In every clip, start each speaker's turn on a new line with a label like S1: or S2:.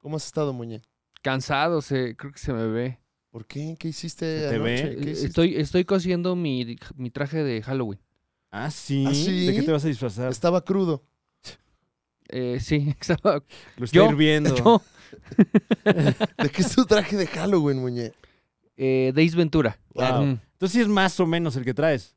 S1: ¿Cómo has estado, Muñe?
S2: Cansado, se, creo que se me ve.
S1: ¿Por qué? ¿Qué hiciste
S3: ¿Se te ve?
S1: anoche? ¿Qué hiciste?
S2: Eh, Estoy, estoy cosiendo mi, mi traje de Halloween.
S3: Ah, sí.
S1: ¿Ah, sí?
S3: ¿De qué te vas a disfrazar?
S1: Estaba crudo.
S2: Eh, sí, estaba
S3: Lo está
S2: Yo-
S3: hirviendo.
S2: yo.
S1: ¿De qué es tu traje de Halloween, Muñe?
S2: Eh, Days Ventura.
S3: Wow.
S2: Mm.
S3: Entonces sí es más o menos el que traes.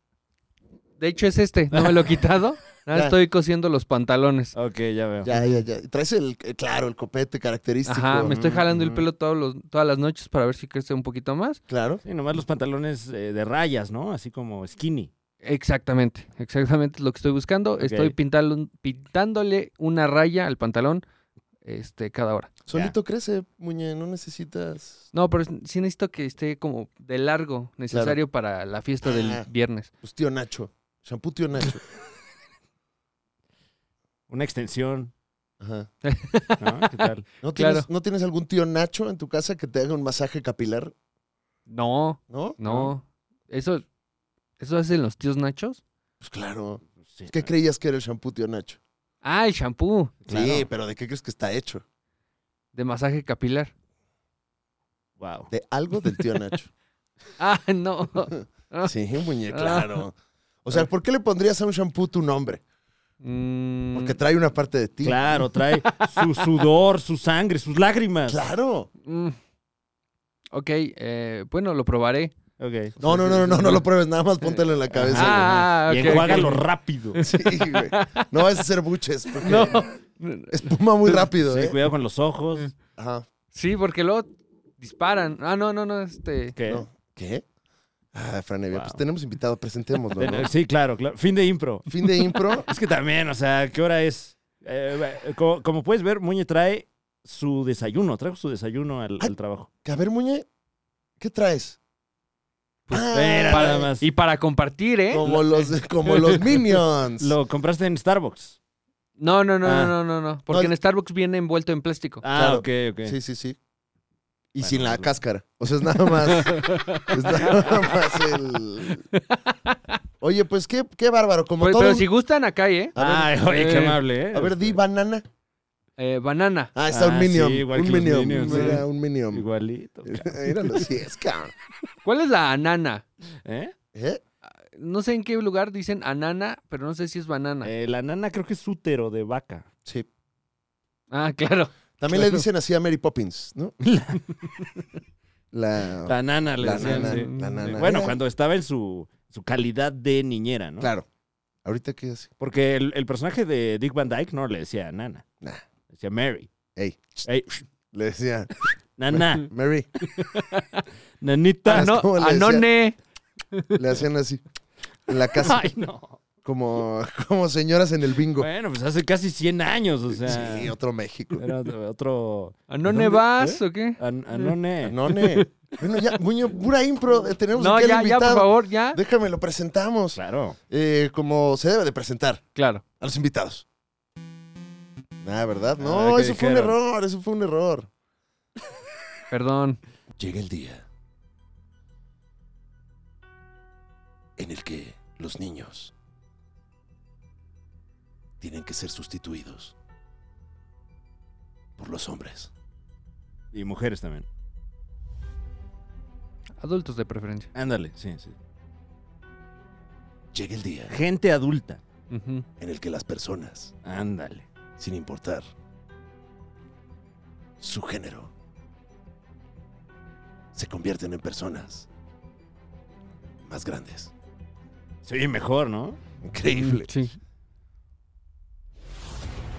S2: De hecho, es este. No me lo he quitado. Nada,
S1: Ya.
S2: estoy cosiendo los pantalones.
S3: Ok, ya veo.
S1: Ya, ya, ya. Traes el, eh, claro, el copete característico.
S2: Ajá, me estoy jalando el
S3: Ujú.
S2: pelo todos los- todas las noches para ver si crece un poquito más.
S1: Claro.
S3: Sí, nomás los pantalones eh, de rayas, ¿no? Así como skinny.
S2: Exactamente, exactamente es lo que estoy buscando. Estoy
S3: Ok.
S2: pintalo- pintándole una raya al pantalón este, cada hora.
S1: Solito crece, Muñe. No necesitas...
S2: No, pero es- sí necesito que esté como de largo, necesario para la fiesta
S1: Ah.
S2: del viernes.
S1: Pues tío Nacho. Shampoo tío Nacho.
S3: Una extensión,
S1: Ajá.
S3: ¿no? ¿Qué tal?
S1: ¿No tienes,
S2: Claro.
S1: ¿No tienes algún tío Nacho en tu casa que te haga un masaje capilar?
S2: No,
S1: ¿No?
S2: no. Eso, eso hacen los tíos nachos.
S1: Pues claro.
S3: Sí.
S1: ¿Qué creías que era el shampoo tío Nacho?
S2: Ah, el shampoo
S1: Sí,
S3: Claro.
S1: pero ¿de qué crees que está hecho?
S2: de masaje capilar.
S3: Wow.
S1: De algo del tío Nacho.
S2: Ah, no. Ah.
S1: Sí, Muñe,
S2: Ah.
S1: claro. O sea, ¿por qué le pondrías a un shampoo tu nombre?
S2: Mm,
S1: Porque trae una parte de ti.
S3: Claro, trae su sudor, su sangre, sus lágrimas.
S1: Claro.
S2: mm. Ok, eh, bueno, lo probaré.
S3: Ok.
S1: No, no, no, no, no, no lo pruebes, nada más póntelo en la cabeza.
S2: Ah,
S3: y
S2: ok,
S3: enjuágalo
S2: ok.
S3: rápido.
S1: Sí, güey. No vas a hacer buches, porque
S2: No.
S1: espuma muy rápido,
S3: Sí,
S1: ¿eh?
S3: cuidado con los ojos.
S1: Ajá.
S2: Sí, porque luego disparan. Ah, no, no, no, este.
S3: ¿Qué?
S1: No. ¿Qué? Ah, Franevia, pues
S3: Wow.
S1: tenemos invitado, presentémoslo. ¿no?
S3: Sí, claro, claro. Fin de impro.
S1: Fin de impro.
S3: Es que también, o sea, ¿qué hora es? Eh, eh, como, como puedes ver, Muñe trae su desayuno, trajo su desayuno al, al trabajo.
S1: Que, A ver, Muñe, ¿qué traes?
S2: Pues,
S1: Ah,
S3: Espera, nada más.
S2: Y para compartir, ¿eh?
S1: Como los, como los Minions.
S3: Lo compraste en Starbucks.
S2: No, no, no,
S3: Ah.
S2: no, no, no, no. Porque
S1: No,
S2: en Starbucks viene envuelto en plástico.
S3: Ah, ok, ok.
S1: Sí, sí, sí. Y
S3: Bueno,
S1: sin la
S3: pues,
S1: cáscara. O sea, es nada más. es nada más el. Oye, pues qué, qué bárbaro. Como
S2: Pero,
S1: todo.
S2: pero
S1: un-
S2: si gustan, acá, ¿eh?
S1: A ver,
S3: Ay, oye, qué
S2: eh,
S3: amable, ¿eh?
S1: a ver, di banana.
S2: Eh, banana.
S1: Ah, está un
S3: Ah,
S1: minion.
S3: sí, igual
S1: un
S3: que los
S1: minion.
S3: minions, ¿eh?
S1: Mira,
S3: sí.
S1: un minion.
S3: Igualito.
S1: Eh. Míralo, sí, es cabrón.
S2: ¿Cuál es la anana?
S3: ¿Eh?
S1: ¿Eh?
S2: No sé en qué lugar dicen anana, pero no sé si es banana.
S3: Eh, la nana creo que es útero de vaca.
S1: Sí.
S2: Ah, claro.
S1: También
S2: Claro.
S1: le dicen así a Mary Poppins, ¿no? La.
S3: La nana, le
S1: Ah. La
S3: decían,
S1: nana,
S3: sí.
S1: la nana.
S3: Bueno,
S1: Era-
S3: cuando estaba en su, su calidad de niñera, ¿no?
S1: Claro. Ahorita qué así.
S3: Porque el, el personaje de Dick Van Dyke no le decía nana.
S1: Nah.
S3: Le decía Mary.
S1: Ey,
S3: Ey,
S1: le decía,
S3: nana,
S1: Mary.
S3: nanita.
S1: Ah,
S2: No,
S1: ¿cómo le decía?
S2: anone.
S1: Le hacían así. En la casa.
S3: Ay, no.
S1: Como, como señoras en el bingo.
S3: Bueno, pues hace casi 100 años, o sea.
S1: Sí, otro México.
S3: Era otro- otro.
S2: ¿Anone
S3: ¿Dónde?
S2: vas
S3: ¿Eh?
S2: o qué?
S3: an- anone.
S1: No, ne. Bueno, ya, Muño, pura impro. eh, Tenemos
S2: No,
S1: aquí al
S2: ya, ya,
S1: invitado.
S2: por favor, ya.
S1: Déjame, lo presentamos.
S3: Claro.
S1: Eh, como se debe de presentar
S2: Claro.
S1: a los invitados. Ah, ¿verdad? No,
S3: Ah, ¿qué
S1: eso fue un
S3: dijeron?
S1: error, eso fue un error.
S2: Perdón.
S4: Llega el día en el que los niños tienen que ser sustituidos por los hombres.
S3: Y mujeres también.
S2: Adultos de preferencia.
S3: Ándale, sí, sí.
S4: Llega el día
S3: Gente adulta.
S2: Ujú.
S4: en el que las personas,
S3: Ándale.
S4: sin importar su género, se convierten en personas más grandes.
S3: Sí, mejor, ¿no?
S4: Increíble.
S2: Sí.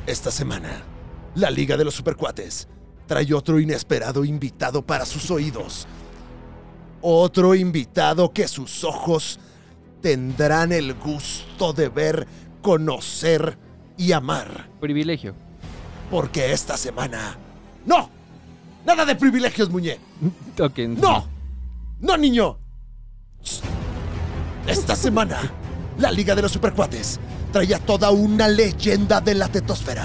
S4: Esta semana, la Liga de los Supercuates trae otro inesperado invitado para sus oídos. Otro invitado que sus ojos tendrán el gusto de ver, conocer y amar.
S2: Privilegio.
S4: Porque esta semana... ¡No! ¡Nada de privilegios, Muñe!
S2: Ok.
S4: ¡No! ¡No, niño! Shh. Esta semana, la Liga de los Supercuates traía toda una leyenda de la tetosfera.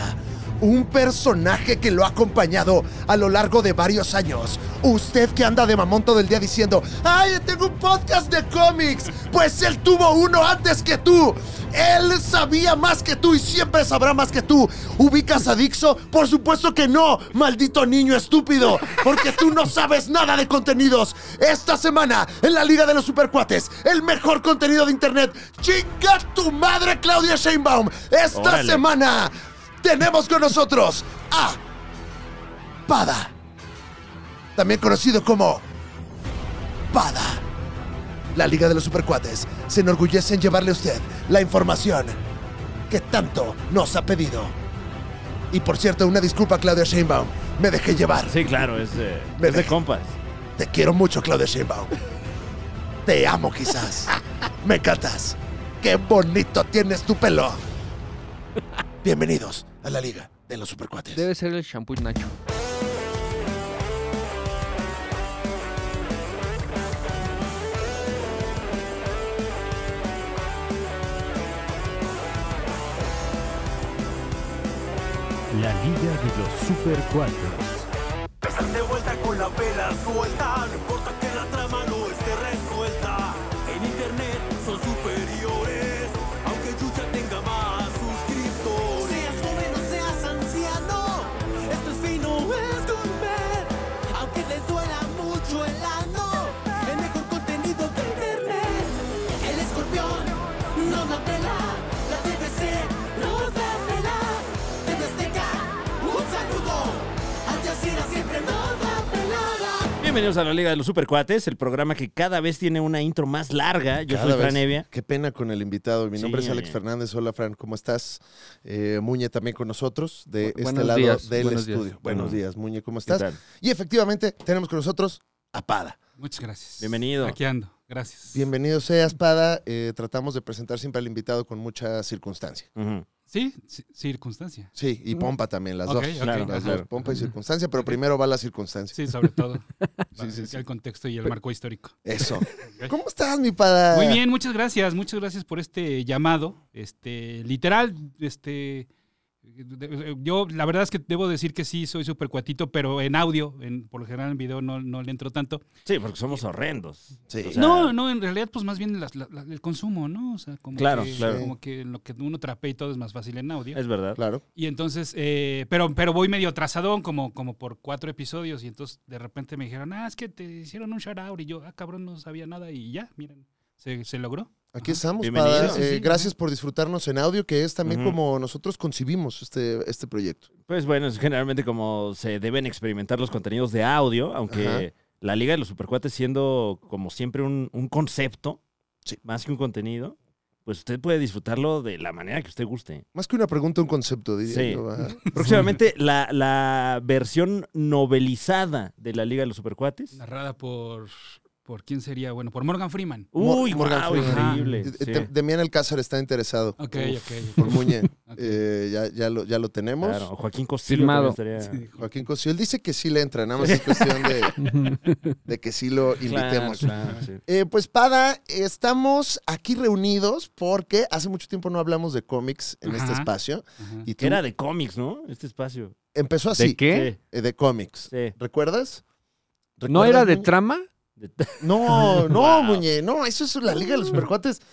S1: un personaje que lo ha acompañado a lo largo de varios años. Usted que anda de mamón todo el día diciendo, ¡ay, tengo un podcast de cómics! Pues él tuvo uno antes que tú. Él sabía más que tú y siempre sabrá más que tú. ¿Ubicas a Dixo? Por supuesto que no, maldito niño estúpido, porque tú no sabes nada de contenidos. Esta semana, en la Liga de los Supercuates, el mejor contenido de internet. ¡Chinga tu madre, Claudia Sheinbaum! Esta
S3: Órale.
S1: semana tenemos con nosotros a Pada, también conocido como Pada. La Liga de los Supercuates se enorgullece en llevarle a usted la información que tanto nos ha pedido. Y por cierto, una disculpa, Claudia Sheinbaum. Me dejé llevar.
S3: Sí, claro, es de,
S1: Me
S3: es de
S1: dej-
S3: compas.
S1: Te quiero mucho, Claudia Sheinbaum. Te amo, quizás. Me encantas. Qué bonito tienes tu pelo. Bienvenidos a la Liga de los Supercuates.
S2: Debe ser el shampoo Nacho.
S3: La Liga de los Super
S5: Están de vuelta con la vela suelta, no importa que la trama no esté resuelta. En internet son superiores, aunque Yuya tenga más suscriptores. Seas joven o seas anciano, esto es fino, es comer. Aunque les duela mucho el ano, el mejor contenido de internet. El escorpión no la pela, la TVC no la pela. TV Azteca, un saludo. Al Jazeera siempre nos da pelada.
S3: Bienvenidos a la Liga de los Supercuates, el programa que cada vez tiene una intro más larga. Yo soy
S6: Cada
S3: Fran
S6: vez.
S3: Evia.
S6: Qué pena con el invitado. Mi
S3: Sí,
S6: nombre es Alex
S3: oye.
S6: Fernández. Hola, Fran, ¿cómo estás? Eh, Muñe también con nosotros,
S2: Bu-
S6: de este
S2: buenos
S6: lado
S2: días,
S6: del
S2: buenos días.
S6: estudio. Buenos
S3: Bueno.
S6: días, Muñe, ¿cómo
S3: ¿Qué
S6: estás?
S3: tal?
S6: Y efectivamente, tenemos con nosotros a Pada.
S7: Muchas gracias.
S3: Bienvenido.
S7: Aquí ando. Gracias.
S6: Bienvenido seas, Pada. Eh, tratamos de presentar siempre al invitado con mucha circunstancia.
S3: Ujú.
S7: Sí, ci- circunstancia.
S6: Sí,
S2: Mm.
S6: y pompa también, las
S7: Ok,
S6: dos.
S7: ok,
S6: Claro, las
S7: ajá.
S6: dos. Pompa y circunstancia, pero primero va la circunstancia.
S7: Sí, sobre todo.
S6: Sí, sí, sí.
S7: El contexto y el marco histórico.
S6: Eso. ¿Cómo estás, mi
S1: Ah.
S6: Pada?
S7: Muy bien, muchas gracias. Muchas gracias por este llamado. Este, literal, este. de- de- Yo la verdad es que debo decir que sí, soy súper cuatito, pero en audio, en, por lo general en video no, no le entro tanto.
S3: Sí, porque somos horrendos.
S6: Sí.
S3: O sea,
S7: no, no, en realidad pues más bien las- la- la- el consumo, ¿no? O sea, como,
S3: Claro,
S7: que,
S3: claro.
S7: como que lo que uno trapea y todo es más fácil en audio.
S3: Es verdad.
S6: Claro.
S7: Y entonces, eh, pero, pero voy medio atrasadón, como, como por cuatro episodios, y entonces de repente me dijeron, ah, es que te hicieron un shout out, y yo, ah, cabrón, no sabía nada, y ya, miren, se, se logró.
S6: Aquí estamos,
S3: Bienvenido.
S6: Pada.
S3: Sí,
S6: Eh,
S7: sí, sí.
S6: gracias por disfrutarnos en audio, que es también
S3: Ujú.
S6: como nosotros concibimos este, este proyecto.
S3: Pues bueno, es generalmente como se deben experimentar los contenidos de audio, aunque
S6: Ajá.
S3: la Liga de los Supercuates siendo como siempre un, un concepto,
S6: Sí.
S3: más que un contenido, pues usted puede disfrutarlo de la manera que usted guste.
S6: Más que una pregunta, un concepto, diría
S3: Sí.
S6: yo. ajá.
S3: Próximamente la, la versión novelizada de la Liga de los Supercuates.
S7: Narrada por, por quién sería, bueno, por Morgan Freeman.
S3: Uy,
S6: Mor- Morgan
S3: guau,
S6: Freeman.
S3: increíble.
S6: Eh,
S3: Sí.
S6: Te- Demián Alcázar está interesado.
S7: Ok,
S6: Uf,
S7: ok.
S6: Por Muñe.
S7: Ok.
S6: Eh, ya, ya lo, ya lo tenemos.
S3: Claro, Joaquín Costillo
S2: Firmado.
S3: también estaría-
S6: Joaquín Cosío, él dice que sí le entra, nada más es cuestión de, de que sí lo invitemos.
S3: Claro, claro, sí.
S6: Eh, pues Pada, estamos aquí reunidos porque hace mucho tiempo no hablamos de cómics en este
S7: Ajá.
S6: espacio.
S7: Ajá.
S3: Que
S6: Y tú
S3: era de cómics, ¿no? Este espacio.
S6: empezó
S2: ¿De
S6: así,
S2: qué?
S6: eh, de cómics.
S3: Sí.
S6: ¿Recuerdas?
S2: ¿No
S6: ¿Recuerdas,
S2: era de
S6: Muñe?
S2: trama?
S3: De-
S6: No, no,
S3: Wow.
S6: Muñe, no, eso es la Liga de los Supercuates. de-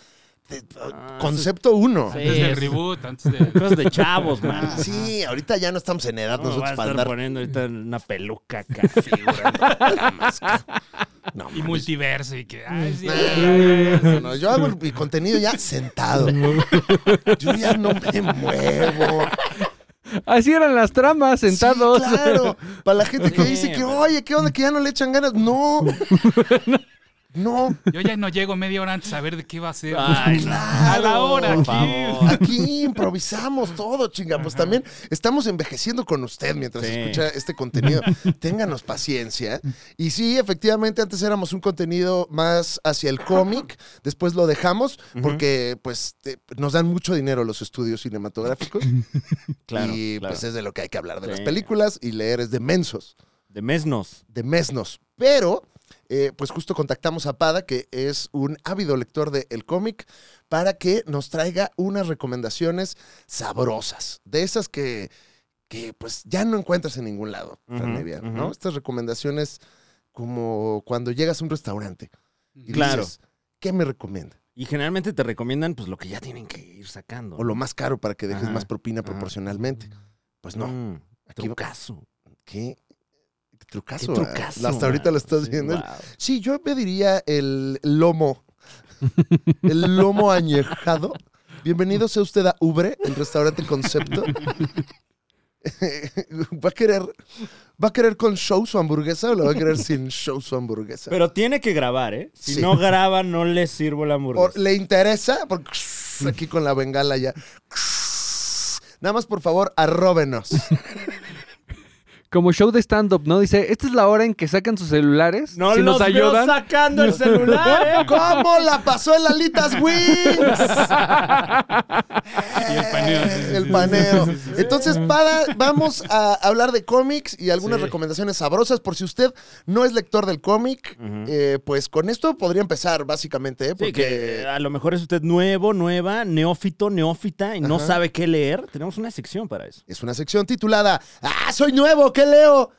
S3: Ah,
S6: concepto uno.
S3: Sí,
S7: Antes del
S3: es-
S7: reboot, antes de...
S3: Cosas de chavos, man.
S6: Sí, ahorita ya no estamos en edad
S3: No me voy a
S6: nosotros
S3: estar
S6: para andar.
S3: poniendo ahorita una peluca acá, figura.
S6: No,
S7: Y
S6: mames.
S7: multiverso, y que... ay, sí,
S6: Nah,
S7: ay, ay, ay,
S6: No, yo hago el, mi contenido ya sentado. Yo ya no me muevo.
S2: Así eran las tramas, sentados.
S6: Sí, claro. Para la gente que
S3: Sí,
S6: dice que,
S3: güey.
S6: oye, ¿qué onda? Que ya no le echan ganas. No. No,
S7: Yo ya no llego media hora antes a ver de qué va a ser.
S3: Ay, no.
S7: a la hora,
S3: Por
S7: aquí.
S3: favor.
S6: aquí improvisamos todo, chinga. Pues también estamos envejeciendo con usted mientras
S3: Sí.
S6: escucha este contenido. Ténganos paciencia. Y sí, efectivamente, antes éramos un contenido más hacia el cómic. Después lo dejamos porque, pues, te- nos dan mucho dinero los estudios cinematográficos.
S3: Claro,
S6: y
S3: claro.
S6: pues es de lo que hay que hablar de las
S3: Sí.
S6: películas y leer es de mensos,
S3: De Mesnos.
S6: de mesnos. Pero, eh, pues justo contactamos a Pada, que es un ávido lector de El cómic, para que nos traiga unas recomendaciones sabrosas, de esas que, que pues ya no encuentras en ningún lado, Fran
S3: Ujú,
S6: Evia,
S3: ujú.
S6: ¿no? Estas recomendaciones como cuando llegas a un restaurante y
S3: Claro.
S6: dices, ¿qué me recomienda?
S3: Y generalmente te recomiendan pues lo que ya tienen que ir sacando.
S6: O lo más caro para que dejes
S3: Ajá,
S6: más propina
S3: ajá.
S6: proporcionalmente. Pues no,
S3: Mm,
S6: Aquí va-
S3: trucazo.
S6: qué
S3: Qué
S6: trucazo. ah.
S3: trucazo.
S6: Hasta ahorita
S3: man.
S6: lo estás
S3: Sí,
S6: viendo.
S3: wow.
S6: Sí, yo pediría el lomo. El lomo añejado. Bienvenido sea usted a Ubre, el restaurante concepto. ¿Va a querer, va a querer con show su hamburguesa o la va a querer sin show su hamburguesa?
S3: Pero tiene que grabar, ¿eh? Si
S6: Sí.
S3: no graba, no le sirvo la
S6: ¿O
S3: hamburguesa.
S6: ¿Le interesa? Porque aquí con la bengala ya. Nada más, por favor, arróbenos.
S2: Como show de stand-up, ¿no? Dice, esta es la hora en que sacan sus celulares.
S3: No
S2: si nos
S3: los veo
S2: ayudan.
S3: sacando el celular, ¿eh?
S6: ¿Cómo la pasó el Alitas Wings?
S7: Y el paneo. sí, sí,
S6: El
S7: sí.
S6: paneo. Entonces, para, vamos a hablar de cómics y algunas recomendaciones sabrosas. Por si usted no es lector del cómic,
S3: Ujú.
S6: eh, pues con esto podría empezar, básicamente, ¿eh?
S3: Sí, que
S6: porque.
S3: eh, a lo mejor es usted nuevo, nueva, neófito, neófita y no
S6: Ajá.
S3: sabe qué leer. Tenemos una sección para eso.
S6: Es una sección titulada ¡Ah, soy nuevo! ¿Qué leo?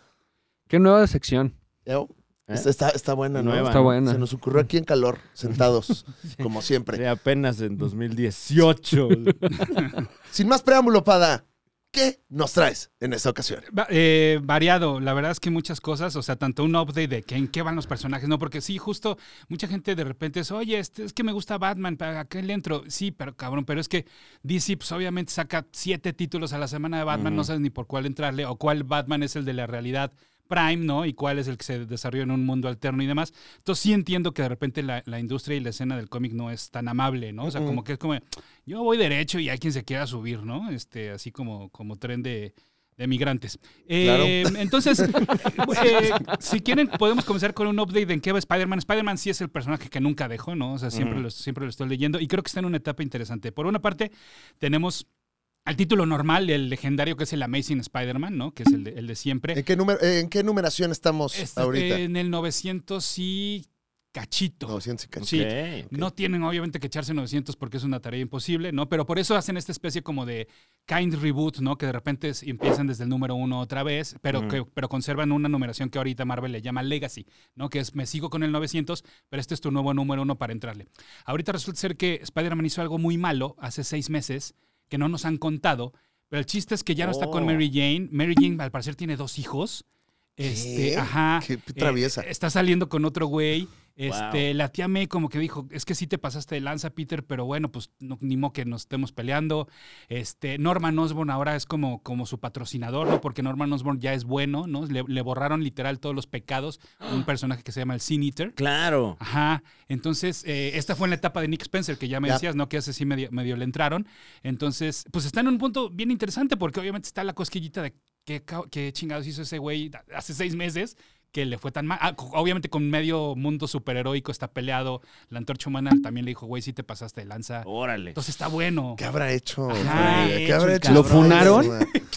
S2: Qué nueva sección.
S6: Leo,
S3: ¿Eh?
S6: Está, está- está buena, ¿no?
S3: Nueva,
S2: Está
S3: ¿no?
S2: buena.
S6: Se nos ocurrió aquí en calor, sentados, como siempre.
S3: Sí, apenas
S6: Mm.
S3: en 2018.
S6: Sin más preámbulo, Pada, ¿qué nos traes en esta ocasión?
S7: Va- eh, variado, la verdad es que muchas cosas, o sea, tanto un update de que en qué van los personajes, no, porque sí, justo mucha gente de repente es, oye, este, es que me gusta Batman, ¿para qué le entro? Sí, pero cabrón, pero es que DC, pues obviamente saca siete títulos a la semana de Batman,
S3: Ujú.
S7: no sabes ni por cuál entrarle, o cuál Batman es el de la realidad Prime, ¿no? Y cuál es el que se desarrolla en un mundo alterno y demás. Entonces sí entiendo que de repente la, la industria y la escena del cómic no es tan amable, ¿no? O sea,
S6: Ujú.
S7: como que es como, yo voy derecho y hay quien se quiera subir, ¿no? Este, así como, como tren de, de migrantes. Eh, Entonces, eh, si quieren, podemos comenzar con un update en qué va Spider-Man. Spider-Man sí es el personaje que nunca dejó, ¿no? O sea, siempre,
S3: Ujú.
S7: lo, siempre lo estoy leyendo y creo que está en una etapa interesante. Por una parte, tenemos al título normal, el legendario que es el Amazing Spider-Man, ¿no? Que es el de, el de siempre.
S6: ¿En qué, número- eh, en qué numeración estamos
S7: Este,
S6: ahorita?
S7: En el 900 y cachito.
S6: 900 y cacho.
S7: Sí.
S3: Ok.
S7: No tienen obviamente que echarse 900 porque es una tarea imposible, ¿no? Pero por eso hacen esta especie como de kind reboot, ¿no? Que de repente es- empiezan desde el número uno otra vez, pero,
S3: Ujú.
S7: que, pero conservan una numeración que ahorita Marvel le llama Legacy, ¿no? Que es me sigo con el 900, pero este es tu nuevo número uno para entrarle. Ahorita resulta ser que Spider-Man hizo algo muy malo hace seis meses que no nos han contado, pero el chiste es que ya no está con
S3: Oh.
S7: Mary Jane. Mary Jane al parecer tiene dos hijos. Este,
S6: ¿Qué?
S7: ajá.
S6: Qué
S7: Eh,
S6: traviesa.
S7: está saliendo con otro güey. Este,
S3: Wow.
S7: La tía May como que dijo, es que sí te pasaste de lanza, Peter, pero bueno, pues no, ni modo que nos estemos peleando. Este, Norman Osborn ahora es como, como su patrocinador, ¿no? Porque Norman Osborn ya es bueno, ¿no? Le, le borraron literal todos los pecados a un personaje que se llama el Sin Eater.
S3: Claro.
S7: Ajá, entonces eh, esta fue en la etapa de Nick Spencer, que ya me
S6: Ya.
S7: decías, ¿no? Que hace sí medio, medio le entraron. Entonces, pues está en un punto bien interesante, porque obviamente está la cosquillita de qué, ca- qué chingados hizo ese güey hace seis meses que le fue tan mal. Ah, co- obviamente con medio mundo superheroico está peleado. La antorcha humana también le dijo, güey, sí te pasaste de lanza.
S6: Oh,
S3: Órale.
S7: Entonces está bueno.
S6: ¿Qué habrá hecho?
S7: Ajá,
S6: Freddy? ¿Qué
S7: hecho
S6: habrá
S7: el
S6: hecho?
S2: ¿Lo
S6: Freddy?
S2: funaron?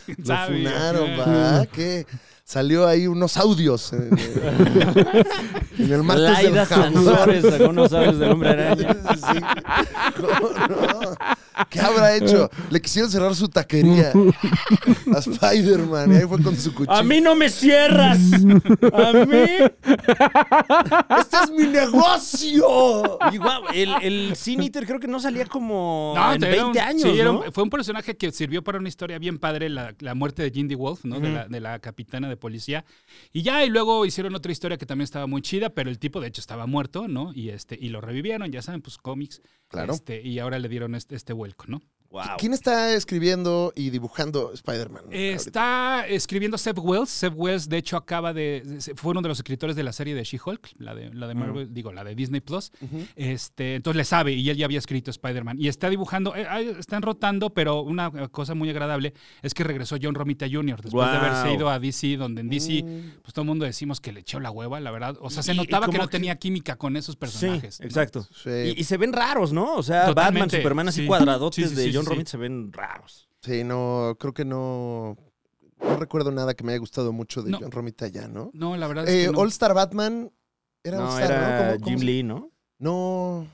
S7: ¿Quién
S6: Lo
S7: sabe?
S6: funaron,
S7: Ajá.
S6: va. Ah, ¿Qué? Salió ahí unos audios en, en el martes del
S3: Laida
S6: jamón.
S3: Sansores, sacó unos sabes del hombre araña.
S6: Sí. ¿Cómo no? ¿Qué habrá hecho? Le quisieron cerrar su taquería a Spider-Man. Y ahí fue con su cuchillo.
S3: ¡A mí no me cierras! ¡A mí!
S6: ¡Este es mi negocio!
S3: Y guau, el, el Sin Eater creo que no salía como
S7: No,
S3: en
S7: te- era un-
S3: 20 años,
S7: sí, era un-
S3: ¿no?
S7: fue un personaje que sirvió para una historia bien padre, la, la muerte de Jindy Wolf, ¿no? de, la, de la capitana de policía. Y ya, y luego hicieron otra historia que también estaba muy chida, pero el tipo de hecho estaba muerto, ¿no? Y este, y lo revivieron, ya saben, pues cómics.
S6: Claro.
S7: Este, y ahora le dieron este, este vuelco, ¿no?
S3: Guau.
S6: ¿Quién está escribiendo y dibujando Spider-Man? ahorita?
S7: Está escribiendo Seb Wells. Seb Wells, de hecho, acaba de. se- Fue uno de los escritores de la serie de She-Hulk, la de, la de Marvel, digo, la de Disney Plus. este, entonces le sabe y él ya había escrito Spider-Man. Y está dibujando, eh, ahí están rotando, pero una eh, cosa muy agradable es que regresó John Romita Jr. después de
S3: Guau.
S7: haberse ido a DC, donde en DC, pues todo el mundo decimos que le echó la hueva, la verdad. O sea, se
S3: Y- y
S7: notaba que
S3: como
S7: no
S3: que-
S7: tenía química con esos personajes.
S3: Sí, exacto.
S6: Sí,
S3: Y, y se ven raros, ¿no? O sea,
S7: Totalmente,
S3: Batman, Superman así
S7: sí.
S3: cuadradotes
S7: Sí, sí,
S3: de
S7: sí,
S3: John
S7: sí.
S3: Romita se ven raros.
S6: sí, no, creo que no. No recuerdo nada que me haya gustado mucho de
S7: No.
S6: John Romita ya, ¿no?
S7: No, la verdad es
S6: Eh,
S7: que no.
S6: All Star Batman era All
S3: No,
S6: Star, ¿no?
S3: era
S6: ¿Cómo- cómo
S3: Jim
S6: se-
S3: Lee, ¿no?
S6: No,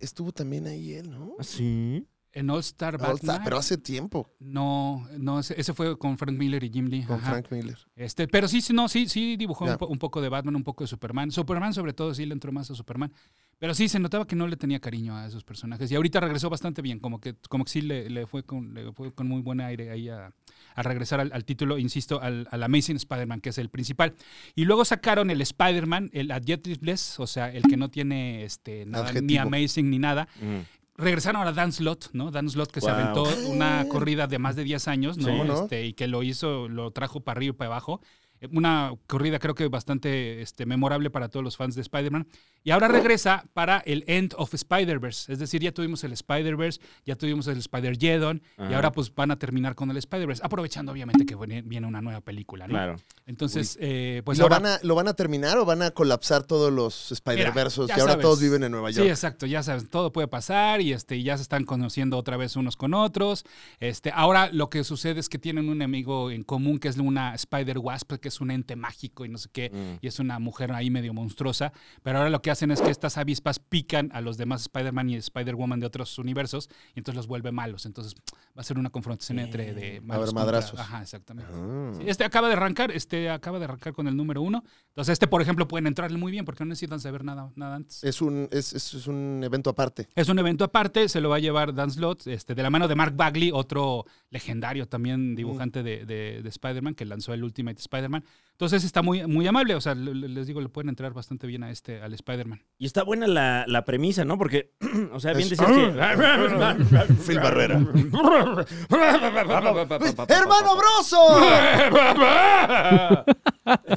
S6: estuvo también ahí él, ¿no?
S3: ¿Ah, sí?
S7: En All Star Batman.
S6: All Star, pero hace tiempo
S7: No, no, ese ese fue con Frank Miller y Jim Lee.
S6: con
S7: ajá.
S6: Frank Miller.
S7: Este, pero sí, sí, no, sí, sí dibujó
S6: Ya.
S7: un, po- un poco de Batman, un poco de Superman. Superman, sobre todo, sí le entró más a Superman. Pero sí, se notaba que no le tenía cariño a esos personajes. Y ahorita regresó bastante bien, como que, como que sí le, le fue con, le fue con muy buen aire ahí a, a regresar al, al título, insisto, al, al Amazing Spider-Man, que es el principal. Y luego sacaron el Spider-Man, el Adjectiveless, o sea, el que no tiene este, nada, ni
S6: Adjetivo.
S7: Amazing ni nada.
S3: Mm,
S7: Regresaron a Dan Slott, ¿no? Dan Slott que se
S3: Wow.
S7: aventó una corrida de más de 10 años, ¿no?
S6: Sí. ¿no?
S7: Este, y que lo hizo, lo trajo para arriba y para abajo. Eh, Una corrida creo que bastante este, memorable para todos los fans de Spider-Man. Y ahora regresa para el End of Spider-Verse. Es decir, ya tuvimos el Spider-Verse, ya tuvimos el Spider-Geddon, y
S3: Ajá.
S7: ahora pues van a terminar con el Spider-Verse. Aprovechando obviamente que viene viene una nueva película, ¿no?
S3: Claro.
S7: Entonces, eh, pues
S6: ¿Lo,
S7: ahora...
S6: van a, ¿Lo van a terminar o van a colapsar todos los Spider-Versos?
S7: ya
S6: Que ahora
S7: sabes.
S6: todos viven en Nueva
S7: Sí,
S6: York.
S7: exacto, ya sabes, todo puede pasar y este, ya se están conociendo otra vez unos con otros. Este, ahora lo que sucede es que tienen un enemigo en común que es una Spider Wasp, que es un ente mágico y no sé qué,
S6: Mm.
S3: Mm.
S7: y es una mujer ahí medio monstruosa. Pero ahora lo que hacen es que estas avispas pican a los demás Spider-Man y Spider-Woman de otros universos y entonces los vuelve malos. Entonces va a ser una confrontación entre de malos contra-
S6: Eh, madrazos.
S7: Ajá, exactamente.
S6: Ah.
S7: Sí, Este acaba de arrancar, este acaba de arrancar con el número uno. Entonces, este, por ejemplo, pueden entrarle muy bien porque no necesitan saber nada, nada antes.
S6: Es un, es, es- es un evento aparte.
S7: Es un evento aparte, se lo va a llevar Dan Slott, este, de la mano de Mark Bagley, otro legendario
S3: Mm.
S7: también dibujante de, de- de Spider-Man, que lanzó el Ultimate Spider-Man. Entonces está muy, muy amable, o sea, le- le- les digo, le pueden entrar bastante bien a este, al Spider-Man.
S3: Y está buena la, la premisa, ¿no? Porque, o sea, bien
S6: Es-
S3: decías
S7: Ah.
S3: que...
S6: Phil Barrera.
S3: ¡Hermano,
S6: ¡Hermano Broso!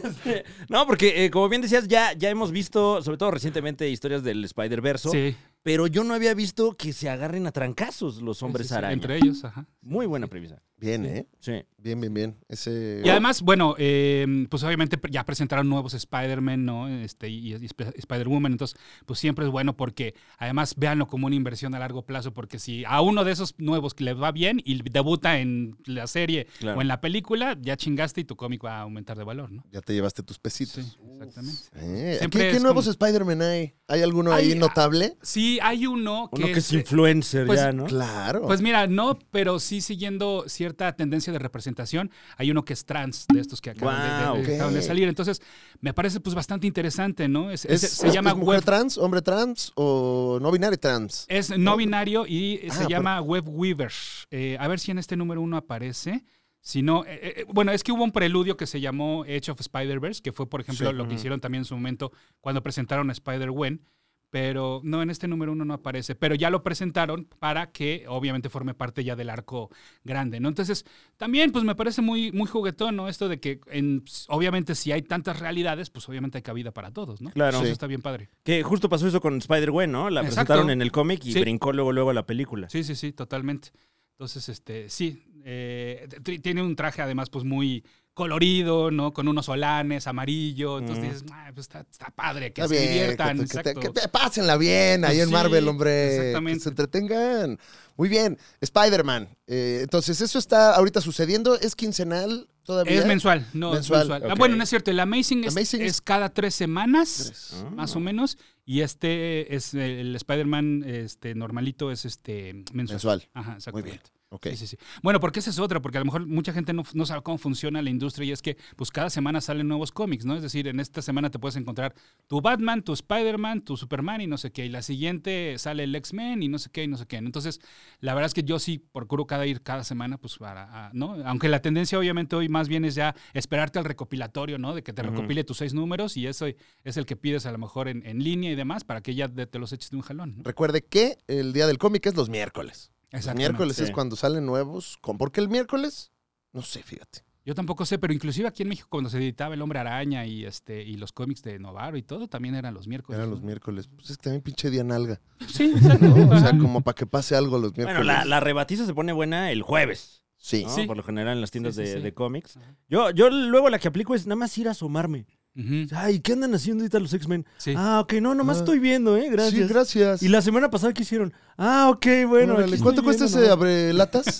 S3: Este, no, porque eh, como bien decías, ya, ya hemos visto, sobre todo recientemente, historias del Spider-Verse.
S7: Sí,
S3: Pero yo no había visto que se agarren a trancazos los hombres
S7: sí, sí,
S3: araña.
S7: Entre ellos, ajá.
S3: Muy buena premisa.
S6: Bien, ¿eh?
S3: Sí.
S6: Bien, bien, bien. Ese...
S7: Y además, bueno, eh, pues obviamente ya presentaron nuevos Spider-Man, ¿no? Este, y, y Sp- Spider-Woman. Entonces, pues siempre es bueno porque además véanlo como una inversión a largo plazo, porque si a uno de esos nuevos que le va bien y debuta en la serie
S3: Claro.
S7: o en la película, ya chingaste y tu cómic va a aumentar de valor, ¿no?
S6: Ya te llevaste tus pesitos.
S7: Sí, exactamente.
S6: Eh,
S7: Siempre
S6: ¿Qué, qué
S7: es
S6: nuevos
S7: como-
S6: Spider-Man hay? ¿Hay alguno ahí
S7: Hay- ah,
S6: notable?
S7: Sí, hay uno que,
S3: Uno que
S7: es,
S3: es influencer
S7: pues,
S3: ya, ¿no?
S6: Claro.
S7: Pues mira, no, pero sí siguiendo cierta tendencia de representación, hay uno que es trans de estos que acaban, de- de,
S3: Guau,
S7: de-
S6: ok.
S7: acaban de salir. Entonces, me parece pues bastante interesante, ¿no? Es-
S6: ¿Es,
S7: es- se
S6: es-
S7: llama
S6: es mujer
S7: Web
S6: trans, hombre trans o no binario trans?
S7: Es no binario y
S6: Oh. Ah,
S7: se
S6: pero-
S7: llama Web Weaver. Eh, a ver si en este número uno aparece. Si no, eh, eh, bueno, es que hubo un preludio que se llamó Edge of Spider-Verse, que fue, por ejemplo,
S6: Sí.
S7: lo que hicieron también en su momento cuando presentaron a Spider-Wen. Pero no, en este número uno no aparece. Pero ya lo presentaron para que, obviamente, forme parte ya del arco grande, ¿no? Entonces, también, pues me parece muy, muy juguetón, ¿no? Esto de que, en- obviamente, si hay tantas realidades, pues obviamente hay cabida para todos, ¿no?
S3: Claro.
S7: Eso
S6: Sí.
S7: está bien padre.
S3: Que justo pasó eso con Spider-Gwen, ¿no? La
S7: Exacto.
S3: presentaron en el cómic y
S7: Sí.
S3: brincó luego luego a la película.
S7: Sí, sí, sí, totalmente. Entonces, este, sí, eh, t- t- tiene un traje además pues muy colorido, ¿no? Con unos solanes, amarillo. Entonces
S3: Mm.
S7: dices, "Ah, pues, está, está padre, que
S6: Está
S7: se
S6: bien,
S7: diviertan.
S6: que te- que te-
S7: exacto.
S6: que te- pásenla bien ahí
S7: Pues
S6: en
S7: sí,
S6: Marvel, hombre.
S7: exactamente.
S6: Que se entretengan. Muy bien. Spider-Man. Eh, entonces, eso está ahorita sucediendo. ¿Es quincenal todavía?
S7: Es mensual, no,
S6: Mensual,
S7: es mensual. Ah,
S6: ok.
S7: Bueno, no es cierto, el Amazing, es-
S6: Amazing
S7: es,
S6: es-
S7: cada tres semanas,
S6: Tres.
S3: Ah.
S7: más o menos, y este es el Spider-Man este, normalito, es este mensual.
S6: Mensual.
S7: Ajá, exactamente.
S6: Ok.
S7: Sí, sí, sí. Bueno, porque esa es otra, porque a lo mejor mucha gente no, no sabe cómo funciona la industria y es que pues cada semana salen nuevos cómics, ¿no? Es decir, en esta semana te puedes encontrar tu Batman, tu Spider-Man, tu Superman y no sé qué, y la siguiente sale el X-Men y no sé qué, y no sé qué. Entonces, la verdad es que yo sí procuro cada ir cada semana, pues para, a- ¿no? Aunque la tendencia obviamente hoy más bien es ya esperarte al recopilatorio, ¿no? De que te
S3: Ujú.
S7: recopile tus seis números y eso es el que pides a lo mejor en, en línea y demás para que ya te, te los eches de un jalón, ¿no?
S6: Recuerde que el día del cómic es los miércoles. Los
S7: Exactamente.
S6: miércoles
S3: sí.
S6: es cuando salen nuevos. ¿Con por qué el miércoles? No sé, fíjate.
S7: Yo tampoco sé, pero inclusive aquí en México cuando se editaba El Hombre Araña y este y los cómics de Novaro y todo también eran los miércoles.
S6: Eran
S7: ¿no?
S6: los miércoles. Pues es que también pinche día nalga.
S7: Sí, exacto.
S6: ¿no? O sea,
S7: Ajá.
S6: como para que pase algo los
S3: Bueno,
S6: miércoles.
S3: la, la rebatiza se pone buena el jueves,
S6: Sí.
S3: ¿no?
S7: Sí.
S3: Por lo general en las tiendas
S7: Sí, sí,
S3: de,
S7: sí.
S3: de cómics.
S7: Ajá.
S3: Yo, yo luego la que aplico es nada más ir a asomarme.
S7: Ujú,
S3: Ay, ¿qué andan haciendo ahorita los X-Men?
S7: Sí.
S3: Ah, ok, no, nomás
S6: Ah.
S3: estoy viendo, ¿eh? Gracias.
S6: Sí, gracias.
S3: Y la semana pasada, ¿qué hicieron? Ah, ok, bueno.
S6: Órale,
S3: aquí estoy
S6: ¿Cuánto cuesta
S3: viendo
S6: ese
S3: nomás.
S6: abrelatas?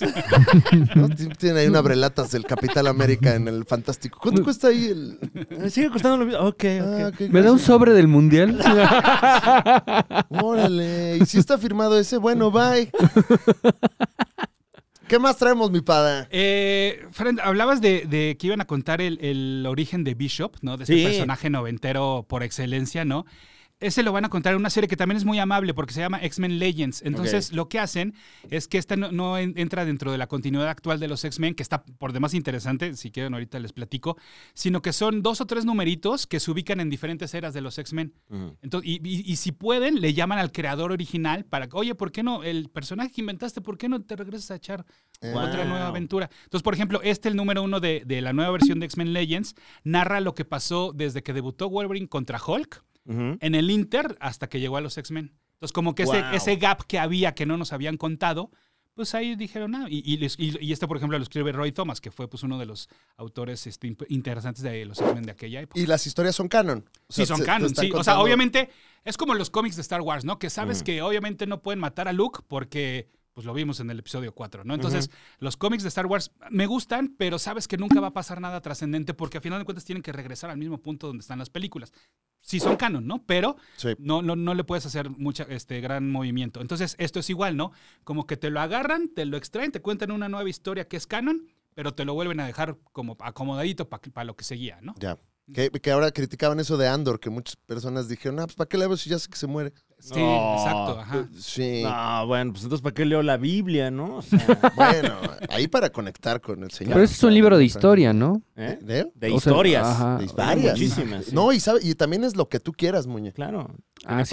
S6: ¿No? Tien- Tiene ahí un abrelatas del Capital América en el Fantástico. ¿Cuánto cuesta ahí el...?
S3: Eh, Sigue costando lo mismo. Ok,
S6: Ah,
S3: ok.
S6: qué
S2: ¿Me da un sobre del mundial?
S6: Órale, y si está firmado ese, bueno, bye. ¿Qué más traemos, mi pada?
S7: Eh, Fran, hablabas de, de que iban a contar el, el origen de Bishop, ¿no? De este
S3: Sí.
S7: personaje noventero por excelencia, ¿no? Ese lo van a contar en una serie que también es muy amable porque se llama X-Men Legends. Entonces, lo que hacen es que esta no, no en- entra dentro de la continuidad actual de los X-Men, que está por demás interesante, si quieren ahorita les platico, sino que son dos o tres numeritos que se ubican en diferentes eras de los X-Men. Entonces, y, y- y si pueden, le llaman al creador original para que, oye, ¿por qué no? El personaje que inventaste, ¿por qué no te regresas a echar otra
S3: Wow.
S7: nueva aventura? Entonces, por ejemplo, este, el número uno de, de la nueva versión de X-Men Legends, narra lo que pasó desde que debutó Wolverine contra Hulk
S3: Ujú.
S7: en el Inter hasta que llegó a los X-Men. Entonces, como que ese,
S3: Wow.
S7: ese gap que había que no nos habían contado, pues ahí dijeron, ah, y, y les- y- y este, por ejemplo, lo escribe Roy Thomas, que fue pues uno de los autores este, imp- interesantes de los X-Men de aquella época.
S6: Y las historias son canon. O sea,
S7: Sí, son
S6: se- te
S7: canon,
S6: están
S7: sí. O sea,
S6: contando- Mm.
S7: obviamente es como los cómics de Star Wars, ¿no? Que sabes
S3: Ujú.
S7: que obviamente no pueden matar a Luke porque pues lo vimos en el episodio 4, ¿no? Entonces, los cómics de Star Wars me gustan, pero sabes que nunca va a pasar nada trascendente porque a final de cuentas tienen que regresar al mismo punto donde están las películas. Sí son canon, ¿no? Pero
S6: Sí.
S7: no, no, no le puedes hacer mucha, este, gran movimiento. Entonces, esto es igual, ¿no? Como que te lo agarran, te lo extraen, te cuentan una nueva historia que es canon, pero te lo vuelven a dejar como acomodadito para lo que seguía, ¿no?
S6: Ya. Que, que ahora criticaban eso de Andor, que muchas personas dijeron, ah, pues ¿para qué le veo si ya sé que se muere?
S7: Sí,
S3: No.
S7: exacto, ajá.
S6: Sí.
S3: Ah, bueno, pues entonces, ¿para qué leo la Biblia, no? O sea,
S6: Bueno, ahí para conectar con el señor.
S2: Pero ese es un libro de historia, ¿no?
S3: ¿eh?
S6: ¿Eh?
S3: De
S2: O sea,
S3: historias.
S2: ajá.
S6: De
S3: Hay
S6: varias.
S3: Muchísimas. sí.
S6: No, y, sabe, y también es lo que tú quieras, muñe.
S3: Claro.
S2: Ah, sí,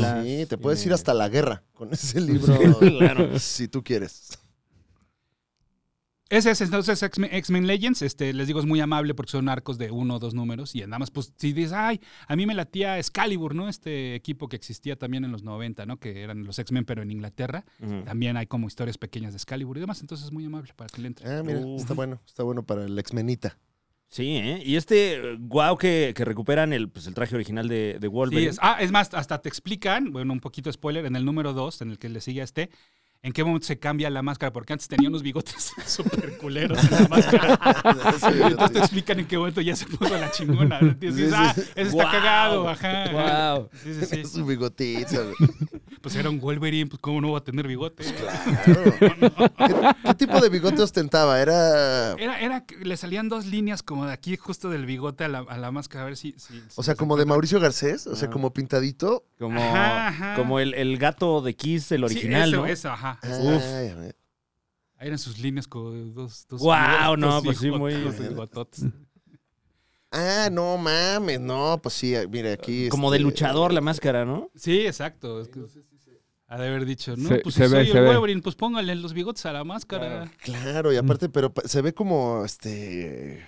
S2: cierto.
S3: Las-
S6: Sí, te puedes
S3: tiene-
S6: ir hasta la guerra con ese libro, si tú quieres.
S7: Ese es entonces X-Men X-Men Legends. Este, les digo, es muy amable porque son arcos de uno o dos números. Y nada más, pues, si dices, ay, a mí me latía Excalibur, ¿no? Este equipo que existía también en los 90, ¿no? Que eran los X-Men, pero en Inglaterra.
S3: Ujú.
S7: También hay como historias pequeñas de Excalibur y demás. Entonces es muy amable para que le entre.
S3: Eh,
S6: Ah, mira,
S3: Uf.
S6: está bueno, está bueno para el exmenita.
S3: Sí, ¿eh? Y este guau que, que recuperan el, pues, el traje original de, de
S7: Sí,
S3: Wolverine.
S7: es- ah, es más, hasta te explican, bueno, un poquito spoiler, en el número 2, en el que le sigue a este, en qué momento se cambia la máscara, porque antes tenía unos bigotes súper culeros en la máscara. Entonces te explican en qué momento ya se puso la chingona. ¿no? Y dices, ah, ese está
S3: Guau.
S7: cagado, ajá.
S3: Guau.
S7: Sí, sí, sí.
S6: Su bigotito. güey.
S7: Pues era un Wolverine, pues cómo no va a tener bigote.
S6: ¿Qué, qué tipo de bigote ostentaba? Era,
S7: Era, era, que le salían dos líneas como de aquí, justo del bigote a la, a la máscara, a ver si... si- si-
S6: o sea, como de Mauricio Garcés, o sea, como pintadito.
S3: Como,
S7: Ajá, ajá.
S3: como el, el gato de Kiss, el
S7: Sí,
S3: original,
S7: eso,
S3: ¿no?
S7: eso, ajá.
S6: Ay, a ver.
S7: Ahí eran sus líneas como de dos... dos
S3: Guau,
S7: dos
S3: no, pues sí,
S7: bigotes,
S3: muy-
S7: dos bigototes.
S6: Ah, no mames, no, pues sí, mira, aquí.
S3: Como
S6: este,
S3: de luchador la máscara, ¿no?
S7: Sí, exacto. es que- Ha de haber dicho, no,
S2: Se-
S7: pues
S2: se
S7: si
S2: ve,
S7: soy
S2: se
S7: el
S2: ve.
S7: Wolverine, pues póngale los bigotes a la máscara.
S6: Claro, y aparte, pero pa- se ve como este.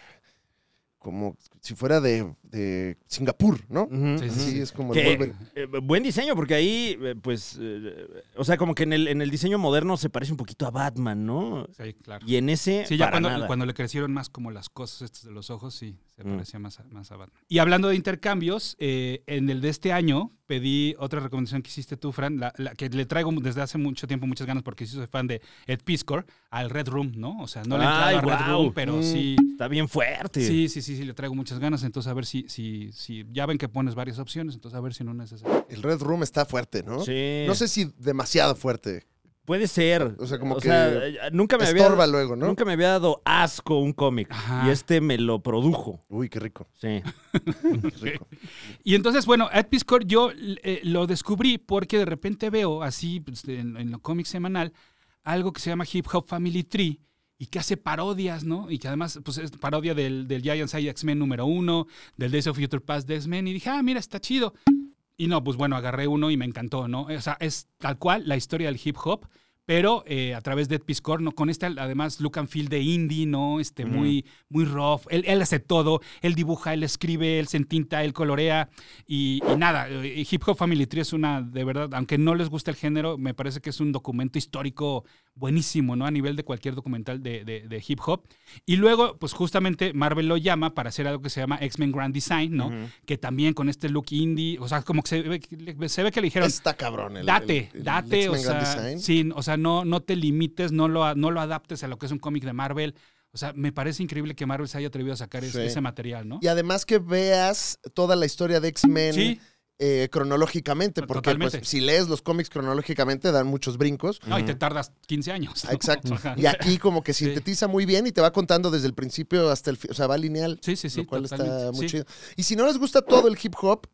S6: Como si fuera de, de Singapur, ¿no?
S3: Ujú.
S7: Sí, sí,
S6: Sí,
S7: sí.
S6: es como el
S3: Que,
S6: Wolverine.
S3: eh, buen diseño, porque ahí, eh, pues, eh, o sea, como que en el, en el diseño moderno se parece un poquito a Batman, ¿no?
S7: Sí, claro.
S3: Y en ese,
S7: Sí, ya
S3: para
S7: cuando,
S3: nada.
S7: cuando le crecieron más como las cosas estas de los ojos, sí, se
S3: Mm.
S7: parecía más a, más a Batman. Y hablando de intercambios, eh, en el de este año pedí otra recomendación que hiciste tú, Fran, la, la que le traigo desde hace mucho tiempo muchas ganas porque sí soy fan de Ed Piscor, al Red Room, ¿no? O sea, no le he entrado
S3: Ay,
S7: a Red
S3: guau.
S7: Room, pero
S3: Mm.
S7: sí,
S3: Está bien fuerte.
S7: sí, sí, sí, sí, le traigo muchas ganas. Entonces, a ver si, si, si, ya ven que pones varias opciones, entonces a ver si no necesitas.
S6: El Red Room está fuerte, ¿no?
S3: Sí.
S6: No sé si demasiado fuerte.
S3: Puede ser.
S6: O sea, como que
S3: eh, nunca me
S6: Estorba
S3: había,
S6: luego, ¿no?
S3: Nunca me había dado asco un cómic.
S7: Ajá.
S3: Y este me lo produjo.
S6: Uy, qué rico,
S3: Sí.
S6: qué rico.
S7: Y entonces, bueno, Ed Piscor yo eh, lo descubrí porque de repente veo así pues, en, en lo cómic semanal algo que se llama Hip Hop Family Tree y que hace parodias, ¿no? Y que además pues, es parodia del, del Giants Eye X-Men número uno, del Days of Future Past de X-Men y dije, ah, mira, está chido. Y no, pues bueno, agarré uno y me encantó, ¿no? O sea, es tal cual la historia del hip hop, pero eh, a través de Ed Piscor, ¿no? Con este, además, look and feel de indie, ¿no? Este,
S3: Ujú.
S7: muy, muy rough. Él, él hace todo. Él dibuja, él escribe, él se entinta, él colorea. Y, y nada, eh, Hip Hop Family Tree es una, de verdad, aunque no les gusta el género, me parece que es un documento histórico buenísimo, ¿no? A nivel de cualquier documental de, de- de hip hop. Y luego, pues justamente Marvel lo llama para hacer algo que se llama X-Men Grand Design, ¿no? Que también con este look indie, o sea, como que se ve, que- se ve que le dijeron,
S6: Está cabrón el.
S7: date,
S6: el- el
S7: date, o
S6: X-Men Grand
S7: sea,
S6: Design.
S7: sí, o sea, no, no te limites, no lo, a- no lo adaptes a lo que es un cómic de Marvel. O sea, me parece increíble que Marvel se haya atrevido a sacar es-
S6: Sí.
S7: ese material, ¿no?
S6: Y además que veas toda la historia de X-Men
S7: Sí,
S6: eh, cronológicamente, porque pues,
S7: Totalmente.
S6: si lees los cómics cronológicamente dan muchos brincos.
S7: no, y te tardas 15 años.
S6: Ah, Exacto.
S7: Ajá.
S6: Y aquí como que sintetiza muy bien y te va contando desde el principio hasta el fin, o sea, va lineal,
S7: Sí, sí, sí.
S6: lo cual está
S7: totalmente,
S6: muy
S7: sí.
S6: chido. Y si no les gusta todo el hip hop,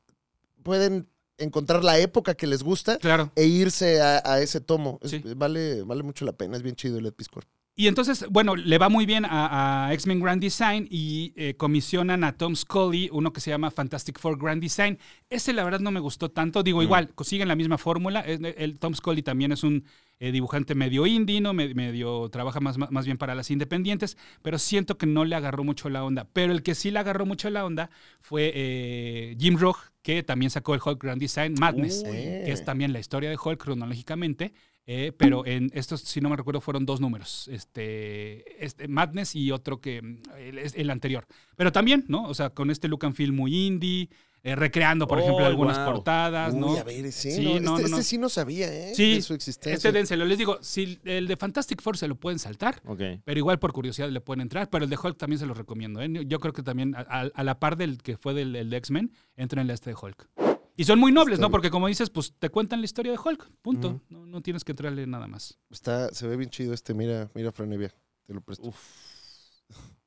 S6: pueden encontrar la época que les gusta
S7: Claro.
S6: e irse a, a ese tomo. Es-
S7: Sí.
S6: vale, vale mucho la pena, es bien chido el Episcor.
S7: Y entonces, bueno, le va muy bien a, a X-Men Grand Design y eh, comisionan a Tom Scully, uno que se llama Fantastic Four Grand Design. Ese, la verdad, no me gustó tanto. Digo, igual, consiguen la misma fórmula. Es- El Tom Scully también es un eh, dibujante medio indie, ¿no? Me- medio trabaja más, más más bien para las independientes, pero siento que no le agarró mucho la onda. Pero el que sí le agarró mucho la onda fue eh, Jim Rogue, que también sacó el Hulk Grand Design Madness,
S6: Uy.
S7: que es también la historia de Hulk cronológicamente. Eh, pero en estos, si no me recuerdo, fueron dos números. Este, este, Madness y otro que mm, el, es- el anterior. Pero también, ¿no? O sea, con este look and feel muy indie, eh, recreando, por
S3: Oh,
S7: ejemplo, algunas
S3: wow.
S7: portadas, Ah, ¿no?
S6: Uy, a ver, sí,
S7: Sí,
S6: no,
S7: no,
S6: este,
S7: no, no.
S6: este sí no sabía, ¿eh?
S7: Sí,
S6: de su existencia.
S7: Este dénselo. Les digo, si el de Fantastic Four se lo pueden saltar,
S3: Ok.
S7: pero igual por curiosidad le pueden entrar. Pero el de Hulk también se los recomiendo. ¿eh? Yo creo que también, a, a- a la par del que fue del el de X-Men, entren en este de Hulk. Y son muy nobles, ¿no? Porque como dices, pues te cuentan la historia de Hulk. Punto.
S3: Ujú.
S7: no, no tienes que entrarle nada más.
S6: Está, se ve bien chido este, mira, mira Franevia, te lo presto.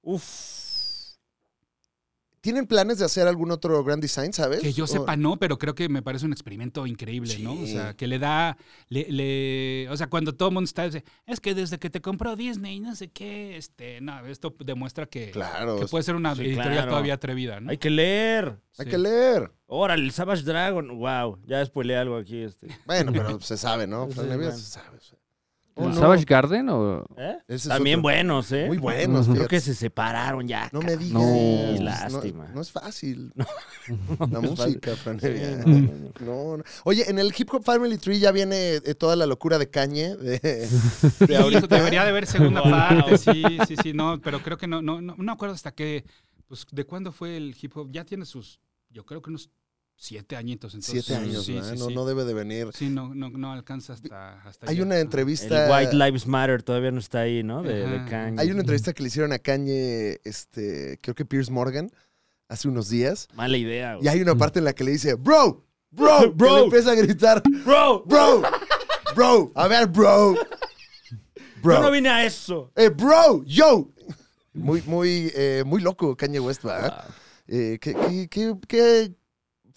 S3: Uf.
S6: ¿Tienen planes de hacer algún otro Grand Design, sabes?
S7: Que yo
S6: O-
S7: sepa, no, pero creo que me parece un experimento increíble, ¿no? O
S6: Sí.
S7: sea, que le da. Le, le- o sea, cuando todo el mundo está. dice, Es que desde que te compró Disney, no sé qué, este. No, esto demuestra que,
S6: Claro,
S7: que puede ser una
S3: Sí,
S7: editorial
S3: claro.
S7: todavía atrevida, ¿no?
S3: Hay que leer.
S6: hay
S7: Sí.
S6: que leer.
S3: Órale, el Savage Dragon. Wow. Ya spoileé algo aquí. Este.
S6: Bueno, pero se sabe, ¿no? Fran
S3: Sí,
S6: Evia
S3: bueno.
S6: se sabe. se-
S2: ¿El
S6: Oh, no.
S2: Savage Garden o...?
S3: ¿Eh?
S6: Ese es
S3: También
S6: otro.
S3: buenos, ¿eh?
S6: Muy buenos,
S2: Ujú.
S6: fíjate.
S3: Creo que se separaron ya.
S6: No me
S3: cabrón.
S6: digas.
S2: No.
S6: pues,
S3: Lástima.
S6: No, no es fácil.
S3: No
S6: La
S3: es fácil.
S6: música,
S3: Sí,
S6: Franevia.
S3: no, no, no.
S6: No, no. Oye, en el Hip Hop Family Tree ya viene eh, toda la locura de Cañe. De, de
S7: Sí,
S6: ahorita.
S7: debería de haber segunda
S3: Wow.
S7: parte, sí, sí, sí, no, pero creo que no, no, no, no acuerdo hasta qué, pues, de cuándo fue el hip hop, ya tiene sus, yo creo que unos siete añitos, entonces.
S6: Siete años,
S7: sí,
S6: ¿verdad?
S7: sí,
S6: no,
S7: sí.
S6: no debe de venir.
S7: Sí, no, no, no alcanza hasta, hasta
S6: Hay
S7: allá.
S6: una
S7: Ajá.
S6: entrevista.
S3: El White Lives Matter todavía no está ahí, ¿no? De, de
S7: Ajá.
S3: Kanye.
S6: Hay una entrevista que le hicieron a Kanye, este, creo que Pierce Morgan, hace unos días.
S3: Mala idea,
S6: Y
S3: güey.
S6: hay una parte en la que le dice, bro, bro, bro.
S3: Mm. Bro.
S6: le empieza a gritar,
S3: ¡Bro!
S6: bro, bro, a ver, bro,
S3: Yo
S6: bro.
S3: no vine a eso.
S6: Eh, bro, yo. Muy, muy, eh, muy loco Kanye West, ¿verdad?
S3: Ah,
S7: Ah,
S6: Eh, ¿qué, qué, qué- qué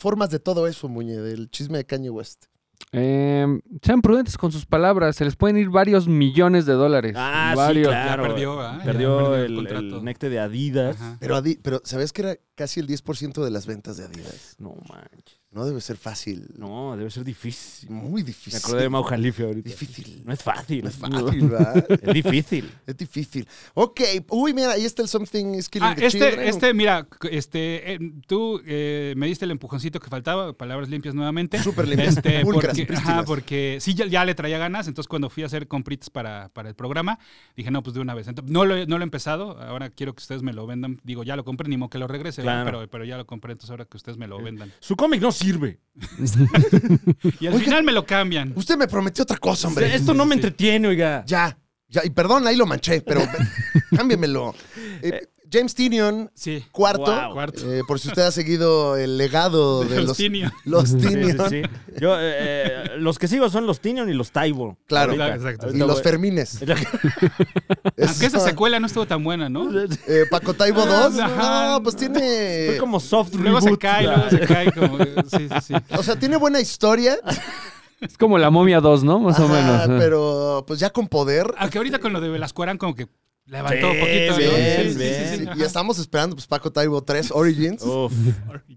S6: formas de todo eso, Muñe, del chisme de Kanye West?
S2: Em, sean prudentes con sus palabras. Se les pueden ir varios millones de dólares.
S3: Ah, sí,
S2: varios.
S7: Ya
S3: claro.
S7: perdió, ¿verdad? Ya
S3: Perdió
S7: el
S3: el, el,
S7: contrato.
S3: necte de Adidas.
S7: Ajá.
S6: Pero, Adi- pero ¿sabes que era casi el 10% de las ventas de Adidas?
S3: No manches.
S6: No debe ser fácil.
S3: No, debe ser difícil.
S6: Muy
S3: Me
S6: difícil.
S3: acordé de Mau Jalife ahorita.
S6: Difícil.
S3: No es fácil.
S6: No es fácil, ¿verdad?
S3: Es difícil.
S6: Es difícil. Ok. Uy, mira, ahí está el Something is Killing
S7: Ah,
S6: the Children.
S7: este, este, mira, c- este, eh, tú eh, me diste el empujoncito que faltaba, palabras limpias nuevamente.
S6: Súper limpio.
S7: Este,
S6: Pulcras,
S7: porque,
S6: prístinas.
S7: ajá, porque sí, ya, ya le traía ganas. Entonces, cuando fui a hacer comprites para, para el programa, dije, no, pues de una vez. Entonces, no, lo, he- no lo he empezado. Ahora quiero que ustedes me lo vendan. Digo, ya lo compré, ni modo que lo regrese, ¿verdad?
S3: Claro.
S7: pero, pero ya lo compré. Entonces, ahora que ustedes me
S6: Eh,
S7: lo vendan.
S3: Su cómic no sirve.
S7: Y al
S6: Oiga.
S7: final me lo cambian.
S6: Usted me prometió otra cosa, hombre.
S3: Esto no me
S7: Sí.
S3: entretiene, oiga.
S6: Ya. Ya. Y perdón, ahí lo manché, pero cámbiamelo. Eh, James Tinion,
S7: Sí.
S6: cuarto.
S3: Wow.
S7: Cuarto.
S6: Eh, por si usted ha seguido el legado de,
S7: Del
S6: los,
S7: Tinion.
S6: los
S3: Sí, sí,
S6: Tinion
S3: sí. Yo, eh, eh, los que sigo son los Tinion y los Taibo.
S6: Claro.
S3: Ahorita.
S7: Exacto.
S6: y
S3: Ahorita
S6: los
S3: voy-
S6: Fermines.
S7: eh, Aunque esa secuela no estuvo tan buena, ¿no?
S6: Eh, Paco Taibo 2.
S7: Ajá.
S6: No, pues tiene.
S3: Fue como soft
S7: Luego se
S3: reboot.
S7: cae, luego se cae. Como, sí, sí, sí.
S6: O sea, tiene buena historia.
S2: Es como la momia 2, ¿no? Más o
S6: Ajá,
S2: menos. ¿eh?
S6: Pero pues ya con poder.
S7: Aunque ahorita con lo de Velasco Arán como que levantó un
S3: Sí,
S7: poquito. ¿no?
S3: bien,
S7: Sí, sí,
S3: bien.
S7: sí, sí,
S6: Sí,
S7: ajá.
S6: y estamos esperando, pues, Paco Taibo 3 Origins.
S3: Uf.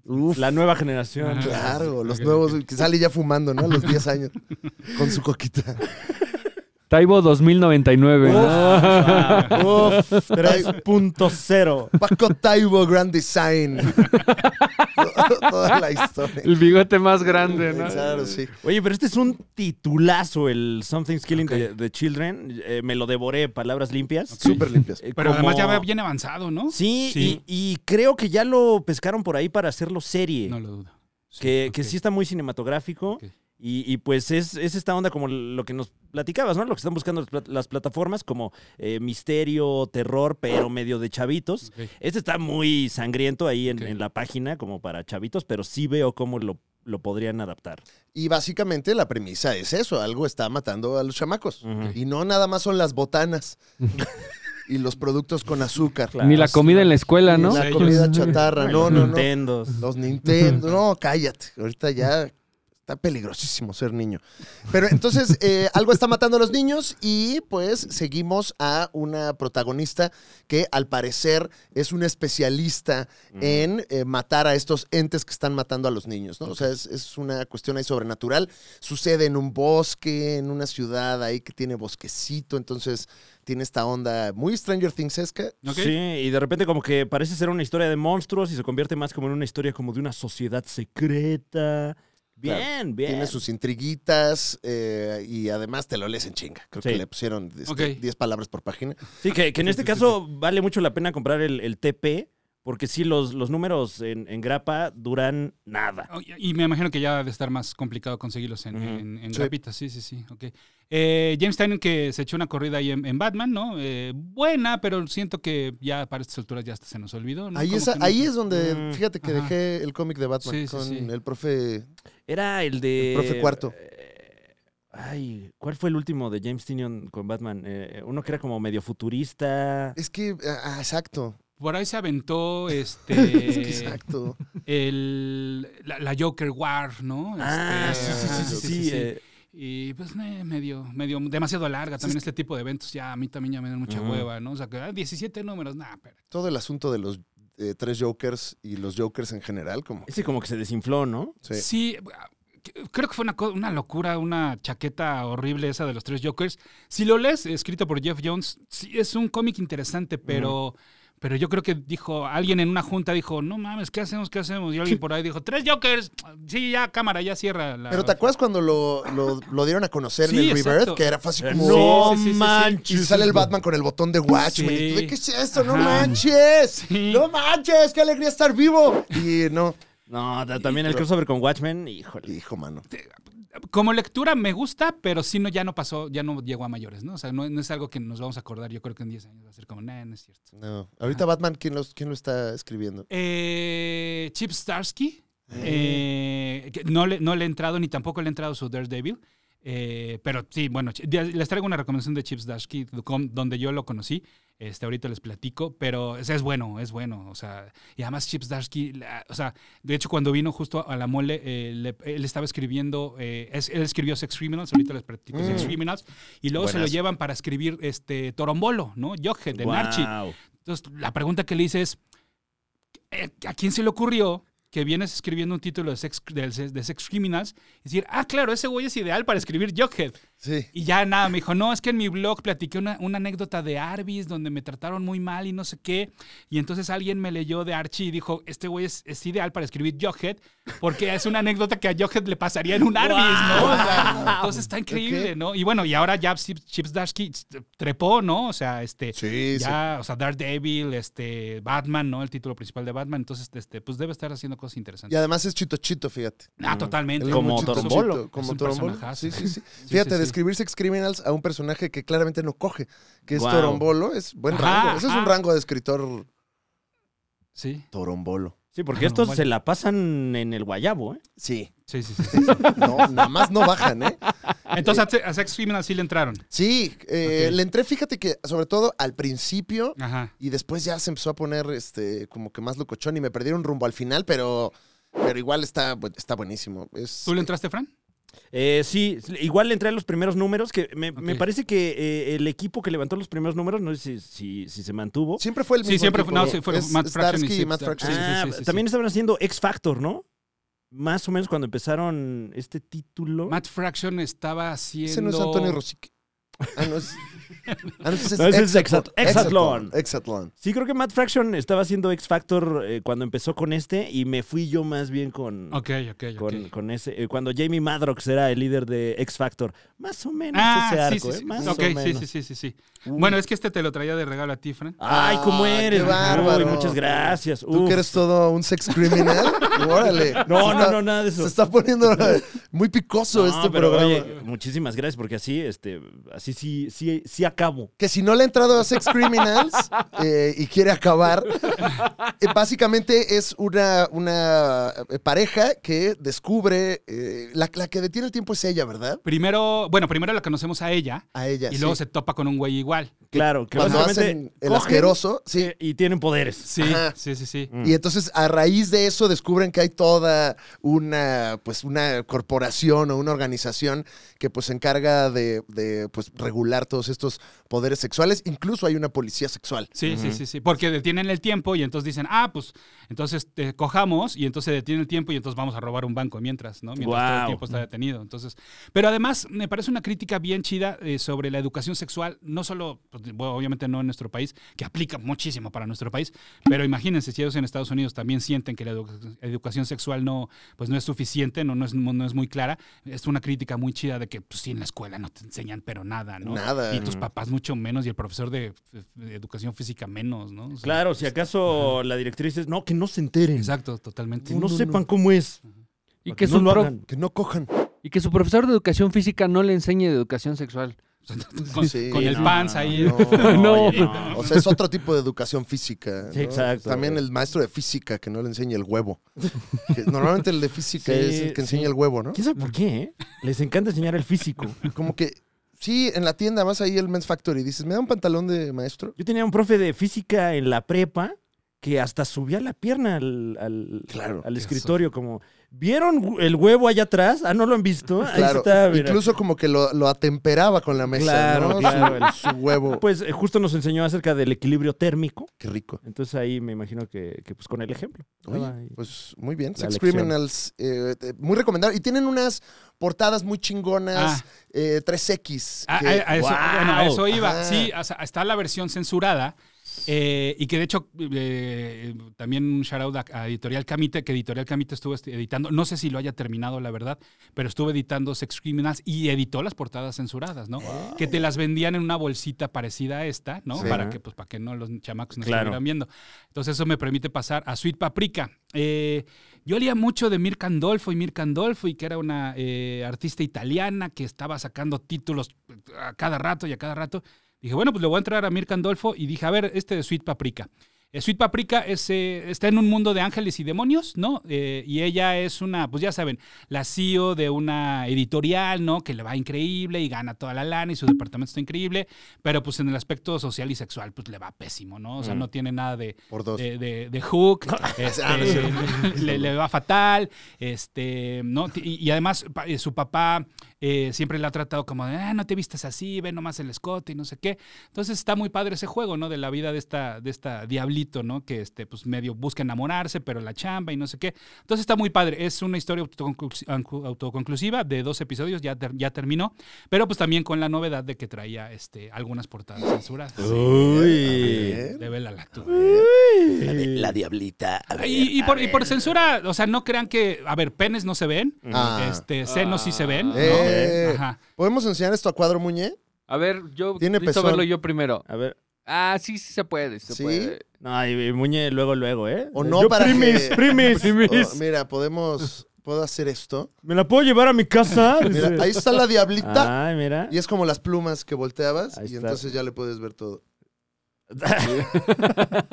S6: Uf,
S3: La nueva generación.
S7: Ajá.
S6: claro, los
S7: Ok.
S6: nuevos, que sale ya fumando, ¿no? A los 10 años, con su coquita.
S2: Taibo 2099. ¿no?
S7: Ah.
S3: Wow. Uf. 3.0.
S6: Paco Taibo Grand Design. toda
S7: Ah.
S6: la historia.
S2: El bigote más grande, ¿no?
S6: Claro, sí.
S3: Oye, pero este es un titulazo, el Something's Killing the, the Children. Eh, me lo devoré, palabras limpias.
S6: Súper limpias.
S3: Eh,
S7: Pero
S3: como-
S7: además ya va bien avanzado, ¿no?
S3: Sí,
S7: Sí.
S3: Y, y creo que ya lo pescaron por ahí para hacerlo serie.
S7: No lo dudo.
S3: que, que
S7: ok.
S3: sí está muy cinematográfico.
S7: Ok.
S3: Y, y, pues es, es esta onda como lo que nos platicabas, ¿no? Lo que están buscando las plat- las plataformas como eh, misterio, terror, pero medio de chavitos.
S7: Ok.
S3: Este está muy sangriento ahí en,
S7: Ok.
S3: en la página como para chavitos, pero sí veo cómo lo, lo podrían adaptar.
S6: Y básicamente la premisa es eso, algo está matando a los chamacos.
S3: Ujú.
S6: Y no nada más son las botanas y los productos con azúcar.
S3: Claro.
S2: Ni la comida en la escuela,
S6: Ni
S2: ¿no?
S6: La comida chatarra, Ah, no,
S3: Los
S6: no, no.
S3: Nintendos.
S6: Los Nintendo. No, cállate. Ahorita ya está peligrosísimo ser niño. Pero entonces, eh, algo está matando a los niños y pues seguimos a una protagonista que al parecer es una especialista en eh, matar a estos entes que están matando a los niños, ¿no? O sea, es, es una cuestión ahí sobrenatural. Sucede en un bosque, en una ciudad ahí que tiene bosquecito, entonces tiene esta onda muy Stranger Things esca.
S7: Ok.
S3: Sí, y de repente como que parece ser una historia de monstruos y se convierte más como en una historia como de una sociedad secreta. Bien, bien.
S6: Tiene sus intriguitas eh, y además te lo lees en chinga. Creo
S3: Sí.
S6: que le pusieron este,
S7: Ok.
S6: 10 palabras por página.
S3: Sí, que, que en este caso vale mucho la pena comprar el, el TP, porque sí, los, los números en, en grapa duran nada.
S7: Oye, Y me imagino que ya debe estar más complicado conseguirlos en,
S3: Ujú.
S7: en, en
S6: Sí.
S7: grapitas. Sí, sí, sí. ok. Eh, James Tynion que se echó una corrida ahí en, en Batman, ¿no? Eh, buena, pero siento que ya para estas alturas ya hasta se nos olvidó. ¿no?
S6: Ahí,
S7: Como
S6: es,
S7: que no-
S6: ahí es donde,
S3: Mm,
S6: fíjate que
S7: ajá.
S6: dejé el cómic de Batman
S7: Sí, sí,
S6: con
S7: sí.
S6: el profe.
S3: Era el de...
S6: El profe Cuarto.
S3: Eh, Ay, ¿cuál fue el último de James Tinion con Batman? Eh, uno que era como medio futurista.
S6: Es que, ah, ah, exacto.
S7: Por ahí se aventó
S6: Es que
S7: este
S6: exacto.
S7: el, la, la Joker War, ¿no?
S3: Ah, sí,
S7: Este,
S3: sí, sí,
S7: ajá,
S3: sí, sí, eh,
S7: Y pues eh, medio, medio, demasiado larga también este tipo de eventos. Ya a mí también ya me dan mucha
S3: Ujú.
S7: hueva, ¿no? O sea, que ah, 17 números, nada, pero.
S6: Todo el asunto de los eh, tres Jokers y los Jokers en general, como.
S3: Ese como que se desinfló, ¿no?
S6: Sí.
S7: Sí, creo que fue una, co- una locura, una chaqueta horrible esa de los tres Jokers. Si lo lees, escrito por Jeff Jones, sí es un cómic interesante, pero, pero yo creo que dijo, alguien en una junta dijo, no mames, ¿qué hacemos? ¿Qué hacemos? Y alguien por ahí dijo, tres Jokers. Sí, ya, cámara, ya cierra. La...
S6: Pero ¿te acuerdas cuando lo, lo- lo dieron a conocer en
S7: Sí,
S6: el Rebirth?
S7: exacto.
S6: Que era fácil
S3: Eh,
S6: como.
S7: No sí, sí, sí, sí.
S6: Y sale el Batman con el botón de Watchmen.
S7: Sí.
S6: y tú de, ¿Qué es esto? ¡No
S7: Ajá.
S6: manches!
S7: Sí.
S6: ¡No manches! ¡Qué alegría estar vivo! Y no.
S3: No, ta- también el crossover con Watchmen, híjole.
S6: Hijo, mano.
S7: Como lectura me gusta, pero sí no, ya no pasó, ya no llegó a mayores, ¿no? O sea, no, no es algo que nos vamos a acordar. Yo creo que en 10 años va a ser como, nah, no es cierto.
S6: No. Ahorita Batman, ¿quién, los, ¿quién lo está escribiendo?
S7: Eh, Chip Starsky.
S3: Ah.
S7: eh, que no, le, no le he entrado ni tampoco le he entrado su Daredevil. eh, pero sí, bueno, chi- ya les traigo una recomendación de Chip Starsky, com- donde yo lo conocí. Este, ahorita les platico, pero es, es bueno, es bueno. O sea, y además Chip Starsky, la- o sea, de hecho, cuando vino justo a la mole, eh, le- él estaba escribiendo, eh, es- él escribió Sex Criminals, ahorita les platico Sex Criminals, y luego se lo
S3: Mm. Buenazo.
S7: llevan para escribir este Torombolo, ¿no? Jughead, de Narchi.
S3: Guau.
S7: Entonces, la pregunta que le hice es, eh, ¿a quién se le ocurrió que vienes escribiendo un título de Sex, de, de Sex Criminals? Y decir, ah, claro, ese güey es ideal para escribir Jughead.
S6: Sí.
S7: Y ya nada, me dijo, no, es que en mi blog platiqué una, una anécdota de Arby's donde me trataron muy mal y no sé qué. Y entonces alguien me leyó de Archie y dijo, este güey es, es ideal para escribir Jughead porque es una anécdota que a Jughead le pasaría en un Arby's, ¿no? O sea, entonces está increíble,
S6: Ok.
S7: ¿no? Y bueno, y ahora ya Chip- Chips Darsky trepó, ¿no? O sea, este
S6: Sí,
S7: ya, o sea, Daredevil, este, Batman, ¿no? El título principal de Batman. Entonces, este, pues debe estar haciendo cosas
S6: Y
S7: interesantes.
S6: además es chito chito, fíjate.
S7: ah, totalmente.
S6: Él es
S3: Como
S6: muy chito
S3: Torombolo.
S6: chito,
S7: Es
S6: Como
S7: un
S6: Torombolo.
S7: personajazo. ¿eh?
S6: Sí, sí, sí.
S7: Sí,
S6: Fíjate,
S7: sí, sí.
S6: describir Sex Criminals a un personaje que claramente no coge, que es
S3: Guau.
S6: Torombolo, es buen
S7: Ajá, Ah.
S6: rango. Ese es un
S7: ajá.
S6: rango de escritor
S7: Sí,
S6: Torombolo.
S3: Sí, porque
S7: Ah,
S3: estos
S7: bueno.
S3: se la pasan en el guayabo, ¿eh?
S6: Sí.
S7: sí, sí. sí, sí.
S6: No, nada más no bajan, ¿eh?
S7: Entonces, a Se- a Sex Criminal sí le entraron.
S6: Sí, eh,
S7: Ok.
S6: le entré, fíjate que sobre todo al principio
S7: Ajá.
S6: y después ya se empezó a poner este como que más locochón y me perdieron rumbo al final, pero, pero igual está, bu- está buenísimo. Es,
S7: ¿Tú le entraste, Fran?
S3: Eh, sí, igual le entré a los primeros números, que me, me
S7: Ok.
S3: parece que eh, el equipo que levantó los primeros números, no sé si, si, si se mantuvo.
S6: Siempre fue el mismo.
S7: Sí, siempre fue,
S6: tipo.
S7: no, sí, fue
S6: Es
S7: Matt Fraction.
S6: Starsky y
S7: Sip
S6: Matt
S7: Star-
S6: Fraction.
S7: sí, sí,
S3: Ah,
S7: sí, sí, sí.
S3: también estaban haciendo X Factor, ¿no? Más o menos cuando empezaron este título.
S7: Matt Fraction estaba haciendo...
S6: Ese no es Antonio Rosique. Ah, no es. Ah, no, ese es
S3: No, ese es
S6: Hexatlon.
S3: Hexa- Hexatlon.
S6: Hexatlon. Hexatlon.
S3: Sí, creo que Matt Fraction estaba haciendo X Factor eh, cuando empezó con este y me fui yo más bien con,
S7: Ok, ok, ok.
S3: con, con ese. eh, cuando Jamie Madrox era el líder de X Factor. Más o menos ese
S7: Ah,
S3: arco,
S7: sí, sí,
S3: ¿eh?
S7: sí.
S3: Más
S7: Ok,
S3: o
S7: sí,
S3: menos.
S7: sí, sí, sí, sí.
S6: Uh.
S7: Bueno, es que este te lo traía de regalo a ti, Fran.
S3: Ay, cómo
S6: Ah,
S3: eres.
S6: qué
S3: Uy,
S6: bárbaro.
S3: muchas gracias.
S6: Tú
S3: Uf.
S6: que eres todo un sex criminal. Órale.
S3: No,
S6: Se
S3: no,
S6: está-
S3: no, nada de eso.
S6: Se está poniendo muy picoso
S3: No,
S6: este
S3: pero
S6: programa.
S3: oye, muchísimas gracias porque así, este, así sí, sí, sí acabo.
S6: que si no le ha entrado a Sex Criminals eh, y quiere acabar, eh, básicamente es una, una eh, pareja que descubre, eh, la, la que detiene el tiempo es ella, ¿verdad?
S7: Primero, bueno, primero la conocemos a ella
S6: A ella.
S7: y
S6: sí.
S7: luego se topa con un güey igual.
S3: Claro, que
S6: Cuando
S3: básicamente
S6: hacen el
S3: cogen
S6: asqueroso, sí.
S3: eh, y tienen poderes.
S7: Sí,
S6: Ajá. Mm.
S7: sí, sí, sí.
S6: Y entonces a raíz de eso descubren que hay toda una pues una corporación o una organización que pues se encarga de, de, pues regular todos estos poderes sexuales. Incluso hay una policía sexual.
S7: Sí, sí, sí, sí. Porque detienen el tiempo y entonces dicen, ah, pues entonces te cojamos y entonces detienen el tiempo y entonces vamos a robar un banco mientras, ¿no? Mientras todo el
S3: Guau.
S7: tiempo está detenido. Entonces, pero además me parece una crítica bien chida eh, sobre la educación sexual, no solo, pues, bueno, obviamente no en nuestro país, que aplica muchísimo para nuestro país, pero imagínense si ellos en Estados Unidos también sienten que la edu- educación sexual no, pues no es suficiente, no, no, es, no es muy clara. Es una crítica muy chida de que, pues sí, en la escuela no te enseñan, pero nada, ¿no?
S6: Nada.
S7: Y
S3: Em,
S7: tus papás mucho menos y el profesor de, de educación física menos, ¿no? O sea,
S3: Claro, si acaso la directriz es, no, que no se enteren.
S7: Exacto, totalmente.
S3: Que no, sepan cómo es.
S2: Y
S3: Para
S2: que,
S3: no
S2: su
S3: lo
S2: prof-
S3: hagan.
S6: Que no cojan.
S2: y que su profesor de educación física no le enseñe de educación sexual.
S7: Con,
S6: Sí,
S7: con el
S3: no,
S7: pants
S3: no,
S7: ahí.
S6: No.
S2: No.
S3: oye,
S6: O sea, es otro tipo de educación física.
S3: Sí,
S6: ¿no?
S3: exacto.
S6: También el maestro de física que no le enseña el huevo. Que normalmente el de física
S3: Sí,
S6: es el que enseña
S3: sí.
S6: el huevo, ¿no?
S3: ¿Quién sabe por qué? eh? Les encanta enseñar el físico.
S6: Como que, sí, en la tienda vas ahí el Men's Factory y dices, ¿me da un pantalón de maestro?
S3: Yo tenía un profe de física en la prepa que hasta subía la pierna al, al-
S6: Claro.
S3: al escritorio, como, ¿vieron hu- el huevo allá atrás? Ah, ¿no lo han visto? Ahí
S6: Claro.
S3: está, mira.
S6: Incluso como que lo, lo atemperaba con la mesa,
S3: Claro,
S6: ¿no?
S3: claro, el-
S6: Su, su huevo.
S3: Pues eh, justo nos enseñó acerca del equilibrio térmico.
S6: Qué rico.
S3: Entonces ahí me imagino que, que, pues con el ejemplo.
S6: Oye,
S3: Estaba ahí.
S6: pues muy bien.
S3: La
S6: Sex
S3: lección.
S6: Criminals, eh, eh, muy recomendable. Y tienen unas portadas muy chingonas,
S7: Ah.
S6: eh, 3X.
S7: A,
S3: Ah,
S6: que-
S7: a- a eso,
S3: ¡Guau!
S7: bueno, a eso iba.
S6: Ajá.
S7: Sí, o sea, está la versión censurada. eh, y que de hecho, eh, también un shout out a, a Editorial Camite, que Editorial Camite estuvo este- editando, no sé si lo haya terminado, la verdad, pero estuvo editando Sex Criminals y editó las portadas censuradas, ¿no? Que te las vendían en una bolsita parecida a esta, ¿no?
S6: Sí.
S7: Para que, pues, para que no los chamacos no
S3: Claro.
S7: estuvieran viendo. Entonces, eso me permite pasar a Sweet Paprika. Eh, yo leía mucho de Mirka Andolfo y Mirka Andolfo, y que era una eh, artista italiana que estaba sacando títulos eh, a cada rato y a cada rato. Dije, bueno, pues le voy a entrar a Mirka Andolfo y dije, a ver, este de Sweet Paprika. Eh, Sweet Paprika es, eh, está en un mundo de ángeles y demonios, ¿no? Eh, y ella es una, pues ya saben, la CEO de una editorial, ¿no? Que le va increíble y gana toda la lana y su departamento está increíble, pero pues en el aspecto social y sexual, pues le va pésimo, ¿no? O sea, no tiene nada de,
S6: por
S3: Eh,
S6: dos.
S7: de, de- de Hook, este,
S6: Ah, no es cierto.
S7: le, le va fatal, este, ¿no? Ti- Y, y además pa- eh, su papá eh, siempre la ha tratado como de, ah, no te vistas así, ve nomás el escote y no sé qué. Entonces está muy padre ese juego, ¿no? De la vida de esta, de esta diablito, ¿no? Que este, pues medio busca enamorarse, pero la chamba y no sé qué. Entonces está muy padre. Es una historia autoconclu- ancu- autoconclusiva de dos episodios, ya, ter- ya terminó, pero pues también con la novedad de que traía este, algunas portadas censuradas.
S3: Uy.
S7: Devélala tú.
S1: La diablita. a ver,
S7: Y, y por,
S1: a
S7: y por
S1: ver.
S7: censura, o sea, no crean que, a ver, penes no se ven,
S6: Ah.
S7: este, senos sí se ven, ¿no?
S6: Eh.
S7: Ajá.
S6: ¿Podemos enseñar esto a Cuadro Muñe?
S2: A ver, yo
S6: Tiene
S2: necesito
S6: pezón.
S2: verlo yo primero.
S3: A ver.
S2: Ah, sí, sí se puede, sí se
S6: ¿Sí?
S2: puede.
S3: No, y, y Muñe luego, luego, ¿eh?
S6: O no
S3: Yo
S6: para
S3: primis,
S6: que-
S3: primis,
S6: Oh, mira, podemos. ¿Puedo hacer esto?
S3: ¿Me la puedo llevar a mi casa?
S6: Mira, ahí está la diablita.
S3: Ay, mira.
S6: Y es como las plumas que volteabas
S3: Ah. Ahí
S6: y
S3: está.
S6: entonces ya le puedes ver todo.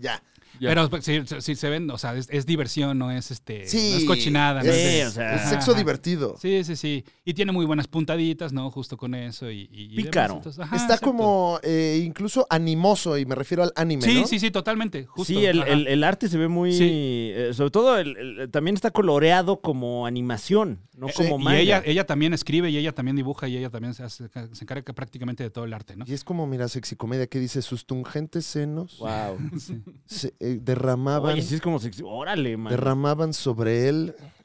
S6: ya.
S2: Ya.
S7: Pero pues, sí, sí se ven, o sea, es, es diversión, no es este,
S6: Sí.
S7: no es cochinada,
S6: Sí,
S7: no
S3: o
S7: es,
S3: sea.
S6: Es
S7: Ajá,
S6: sexo
S7: ajá.
S6: divertido.
S7: Sí, sí, sí. Y tiene muy buenas puntaditas, ¿no? Justo con eso y. y- y demás.
S3: Pícaro.
S7: Entonces, ajá,
S6: Está
S7: exacto.
S6: como eh, incluso animoso, y me refiero al anime.
S7: Sí,
S6: ¿no?
S7: sí, sí, totalmente. Justo.
S3: sí, el,
S7: ajá.
S3: el- el arte se ve muy...
S7: Sí.
S3: eh, sobre todo, el- el- también está coloreado como animación, no como
S7: y
S3: manga.
S7: ella, ella también escribe y ella también dibuja y ella también se, hace- se encarga prácticamente de todo el arte, ¿no?
S6: Y es como, mira, sexicomedia que dice: sus tungentes senos
S3: Wow.
S7: Sí.
S6: se, eh, derramaban,
S3: ¿eh? Oye, sí es como sexy. Órale, man.
S6: derramaban sobre él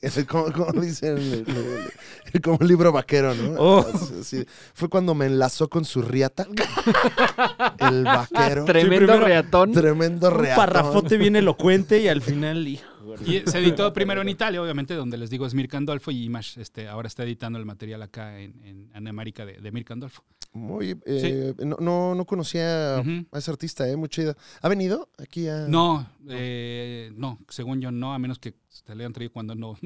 S6: Es como, como dicen, el- el- el- como un libro vaquero, ¿no?
S3: Oh.
S6: Así- así. Fue cuando me enlazó con su riata. El vaquero.
S2: Tremendo
S3: primero-
S2: reatón.
S6: Tremendo
S3: Un
S6: reatón.
S3: parrafote bien elocuente y al final, hijo.
S7: Y se editó primero en Italia, obviamente, donde les digo es Mirka Andolfo y Image este, ahora está editando el material acá en, en, en América de, de Mirka Andolfo.
S6: Muy, eh, no, no, no conocía
S7: Ujú.
S6: a ese artista, ¿eh? Muy chido. ¿Ha venido aquí a...?
S7: No, eh, no, según yo no, a menos que te le han traído cuando no,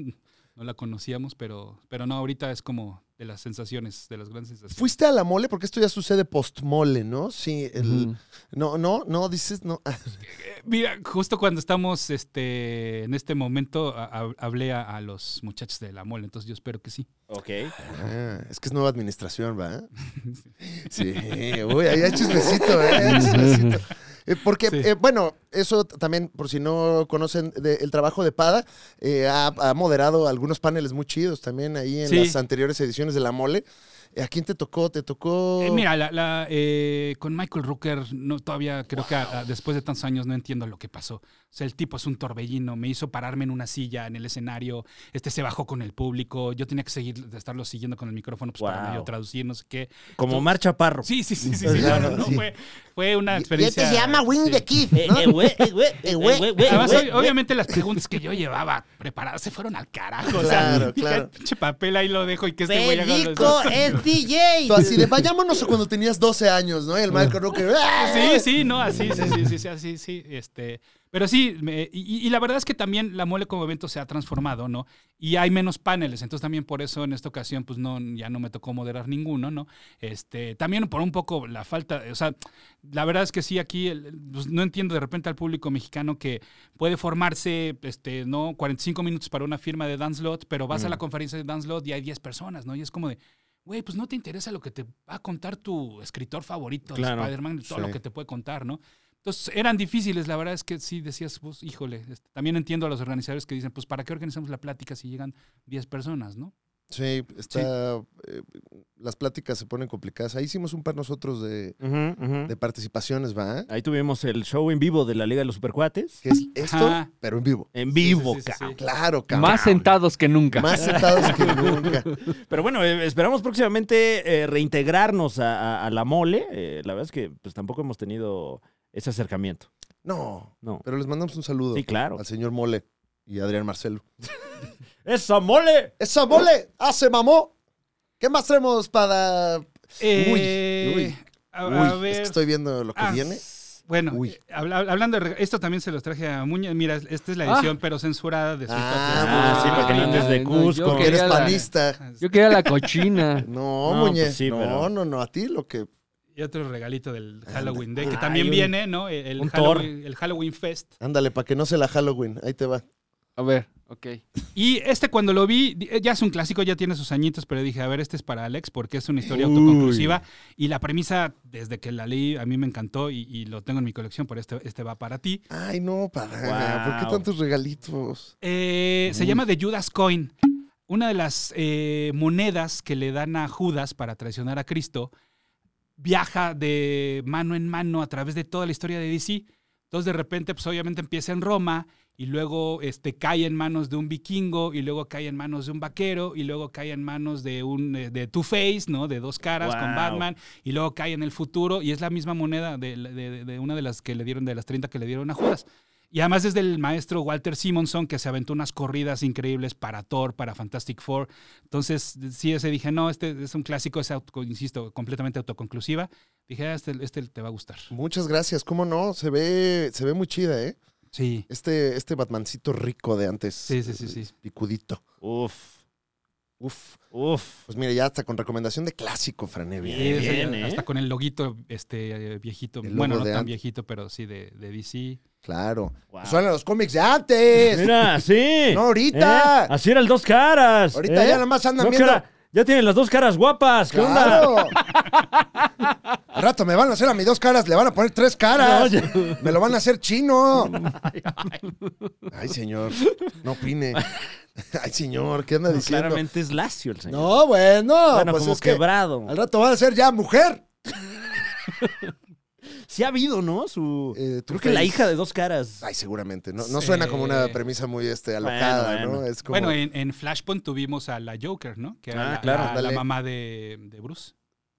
S7: no la conocíamos, pero, pero no, ahorita es como de las sensaciones, de las grandes sensaciones.
S6: ¿Fuiste a la mole? Porque esto ya sucede post-mole, ¿no? Sí, el...
S2: Ujú.
S6: No, no, no, dices no. Ah,
S7: Eh, Mira, justo cuando estamos este, en este momento, a- a- hablé a, a los muchachos de la mole, entonces yo espero que sí.
S3: Ok.
S6: Ah, es que es nueva administración, ¿va? Sí. Uy, ahí hay chismecito, ¿eh? Hay chismecito. Eh, Porque,
S7: Sí.
S6: eh, bueno, eso t- también, por si no conocen de- el trabajo de Pada, eh, ha, ha moderado algunos paneles muy chidos también ahí en
S7: Sí.
S6: las anteriores ediciones de La Mole. Eh, ¿A quién te tocó? ¿Te tocó...?
S7: Eh, mira, la, la, eh, con Michael Rooker, no, todavía creo que a- a- después de tantos años no entiendo lo que pasó. O sea, el tipo es un torbellino, me hizo pararme en una silla en el escenario, este se bajó con el público, yo tenía que seguir, de estarlo siguiendo con el micrófono pues, para
S3: Wow.
S7: medio traducir, no sé qué.
S3: Como marcha parro.
S7: Sí, sí, sí, sí, sí, claro, ¿no? Fue, fue una experiencia. sí.
S6: Kid, Ah,
S7: Además, ob- obviamente las preguntas que yo llevaba preparadas se fueron al carajo. o sea,
S6: Claro,
S7: dije,
S6: claro.
S7: Pinche papel ahí lo dejo y que este güey haga lo
S1: es DJ.
S6: Tú así de vayámonos a cuando tenías 12 años, ¿no? Y el Michael Rooker. ¡ah!
S7: Sí, sí, no, así, sí, sí, sí, sí, así, sí. Este, pero sí, me- y, y la verdad es que también la mole como evento se ha transformado, ¿no? Y hay menos paneles, entonces también por eso en esta ocasión, pues no, ya no me tocó moderar ninguno, ¿no? Este, también por un poco la falta, o sea, la verdad es que sí, aquí el- el- pues, no entiendo de repente al público mexicano que puede formarse, este, ¿no? 45 minutos para una firma de Dance Lot, pero vas a la conferencia de Dance Lot y hay 10 personas, ¿no? Y es como de, güey, pues no te interesa lo que te va a contar tu escritor favorito, de
S3: Claro,
S7: Spider-Man, todo
S6: sí.
S7: lo que te puede contar, ¿no? Entonces eran difíciles, la verdad es que sí decías, pues, híjole, este, también entiendo a los organizadores que dicen, pues, ¿para qué organizamos la plática si llegan 10 personas, no?
S6: Sí, está. eh, las pláticas se ponen complicadas. Ahí hicimos un par nosotros de,
S3: Ujú, ujú.
S6: de participaciones, ¿va?
S3: Ahí tuvimos el show en vivo de la Liga de los Supercuates.
S6: Que es esto,
S7: Ajá.
S6: pero en vivo.
S3: En vivo,
S7: Sí, sí, sí, sí.
S3: cabrón.
S6: Claro, cabrón.
S2: Más sentados que nunca.
S6: Más sentados que nunca.
S3: Pero bueno, eh, esperamos próximamente eh, reintegrarnos a, a- a la mole. Eh, la verdad es que pues tampoco hemos tenido ese acercamiento.
S6: No,
S3: No.
S6: pero les mandamos un saludo
S3: Sí, claro.
S6: al señor Mole y a Adrián Marcelo.
S3: ¡Esa mole!
S6: ¡Esa Mole! ¡Hace mamó! ¿Qué más tenemos para.?
S7: Eh,
S6: uy.
S7: A,
S6: Uy,
S7: a
S6: es
S7: ver.
S6: que estoy viendo lo que
S7: ah,
S6: viene.
S7: Bueno,
S6: Uy.
S7: eh, habla- hablando de reg- esto también se los traje a Muña. Mira, esta es la
S2: Ah.
S7: edición, pero censurada de Soy
S6: Ah,
S7: Patriota.
S6: sí, porque no
S3: andes de
S2: Ay,
S3: Cusco.
S2: yo
S6: Porque
S2: quería
S6: eres
S2: la-
S6: panista.
S2: Yo quería la cochina.
S6: No,
S3: No,
S6: Muñe.
S3: pues sí,
S6: no,
S3: pero-
S6: no, no. A ti lo que
S7: Y otro regalito del Halloween Day, que
S3: Ay,
S7: también
S3: un-
S7: viene, ¿no? E-, El,
S3: un
S7: Halloween, el Halloween Fest.
S6: Ándale, para que no sea la Halloween. Ahí te va.
S2: A ver, ok.
S7: Y este cuando lo vi, di- eh, ya es un clásico, ya tiene sus añitos, pero dije, a ver, este es para Alex porque es una historia autoconclusiva. Y la premisa, desde que la leí, a mí me encantó y, y lo tengo en mi colección, pero este, este va para ti.
S6: Ay, no, para. ¿Por qué
S3: Guau.
S6: tantos regalitos?
S7: Eh, se llama The Judas Coin. Una de las eh, monedas que le dan a Judas para traicionar a Cristo viaja de mano en mano a través de toda la historia de DC. Entonces, de repente, pues obviamente empieza en Roma y luego este, cae en manos de un vikingo y luego cae en manos de un vaquero y luego cae en manos de un eh, de Two-Face, ¿no? De dos caras con
S3: Wow.
S7: Batman y luego cae en el futuro y es la misma moneda de, de- de una de las que le dieron, de las 30 que le dieron a Judas. Y además es del maestro Walter Simonson que se aventó unas corridas increíbles para Thor, para Fantastic Four. Entonces, sí, ese dije, no, este es un clásico, es, auto- insisto, completamente autoconclusiva. Dije, "Ah, este, este te va a gustar.
S6: Muchas gracias. ¿Cómo no? Se ve, se ve muy chida, ¿eh?
S7: Sí,
S6: Este, este Batmancito rico de antes.
S7: sí, sí, sí. sí.
S6: Picudito.
S3: Uf,
S6: Uf.
S3: uf.
S6: Pues mira, ya hasta con recomendación de clásico, Franevia.
S7: Sí,
S3: Bien,
S7: ese ya-
S3: ¿eh?
S7: Hasta con el loguito este eh, viejito.
S6: El
S7: Bueno,
S6: logo
S7: no
S6: de
S7: tan
S6: antes.
S7: viejito, pero sí de, de DC.
S6: Claro.
S3: Wow.
S6: Pues Son los cómics de antes.
S3: Mira, sí.
S6: No, ahorita.
S3: ¿Eh? Así era el dos caras.
S6: Ahorita
S3: ¿eh?
S6: ya nada más andan
S3: No, que
S6: viendo.
S3: ahora Ya tienen las dos caras guapas. ¿Qué onda?
S6: Claro. Al rato me van a hacer a mis dos caras, le van a poner tres caras.
S3: No, ya-
S6: Me lo van a hacer chino. Ay, señor. No opine. Ay, señor, ¿qué anda diciendo?
S3: Claramente es lacio el señor.
S6: No, bueno,
S3: bueno,
S6: pues
S3: como
S6: es que
S3: quebrado.
S6: al rato va a ser ya mujer.
S3: Sí ha habido, ¿no? Su.
S6: Eh,
S3: creo
S6: Two
S3: que la
S6: Face.
S3: hija de dos caras.
S6: Ay, seguramente. No, no
S7: Sí.
S6: suena como una premisa muy este, alocada,
S3: Bueno, bueno.
S6: ¿no? Es como...
S7: Bueno, en, en Flashpoint tuvimos a la Joker, ¿no? Que era
S3: Ah,
S7: la-
S3: claro,
S7: la, la
S6: ándale.
S7: mamá de, de Bruce.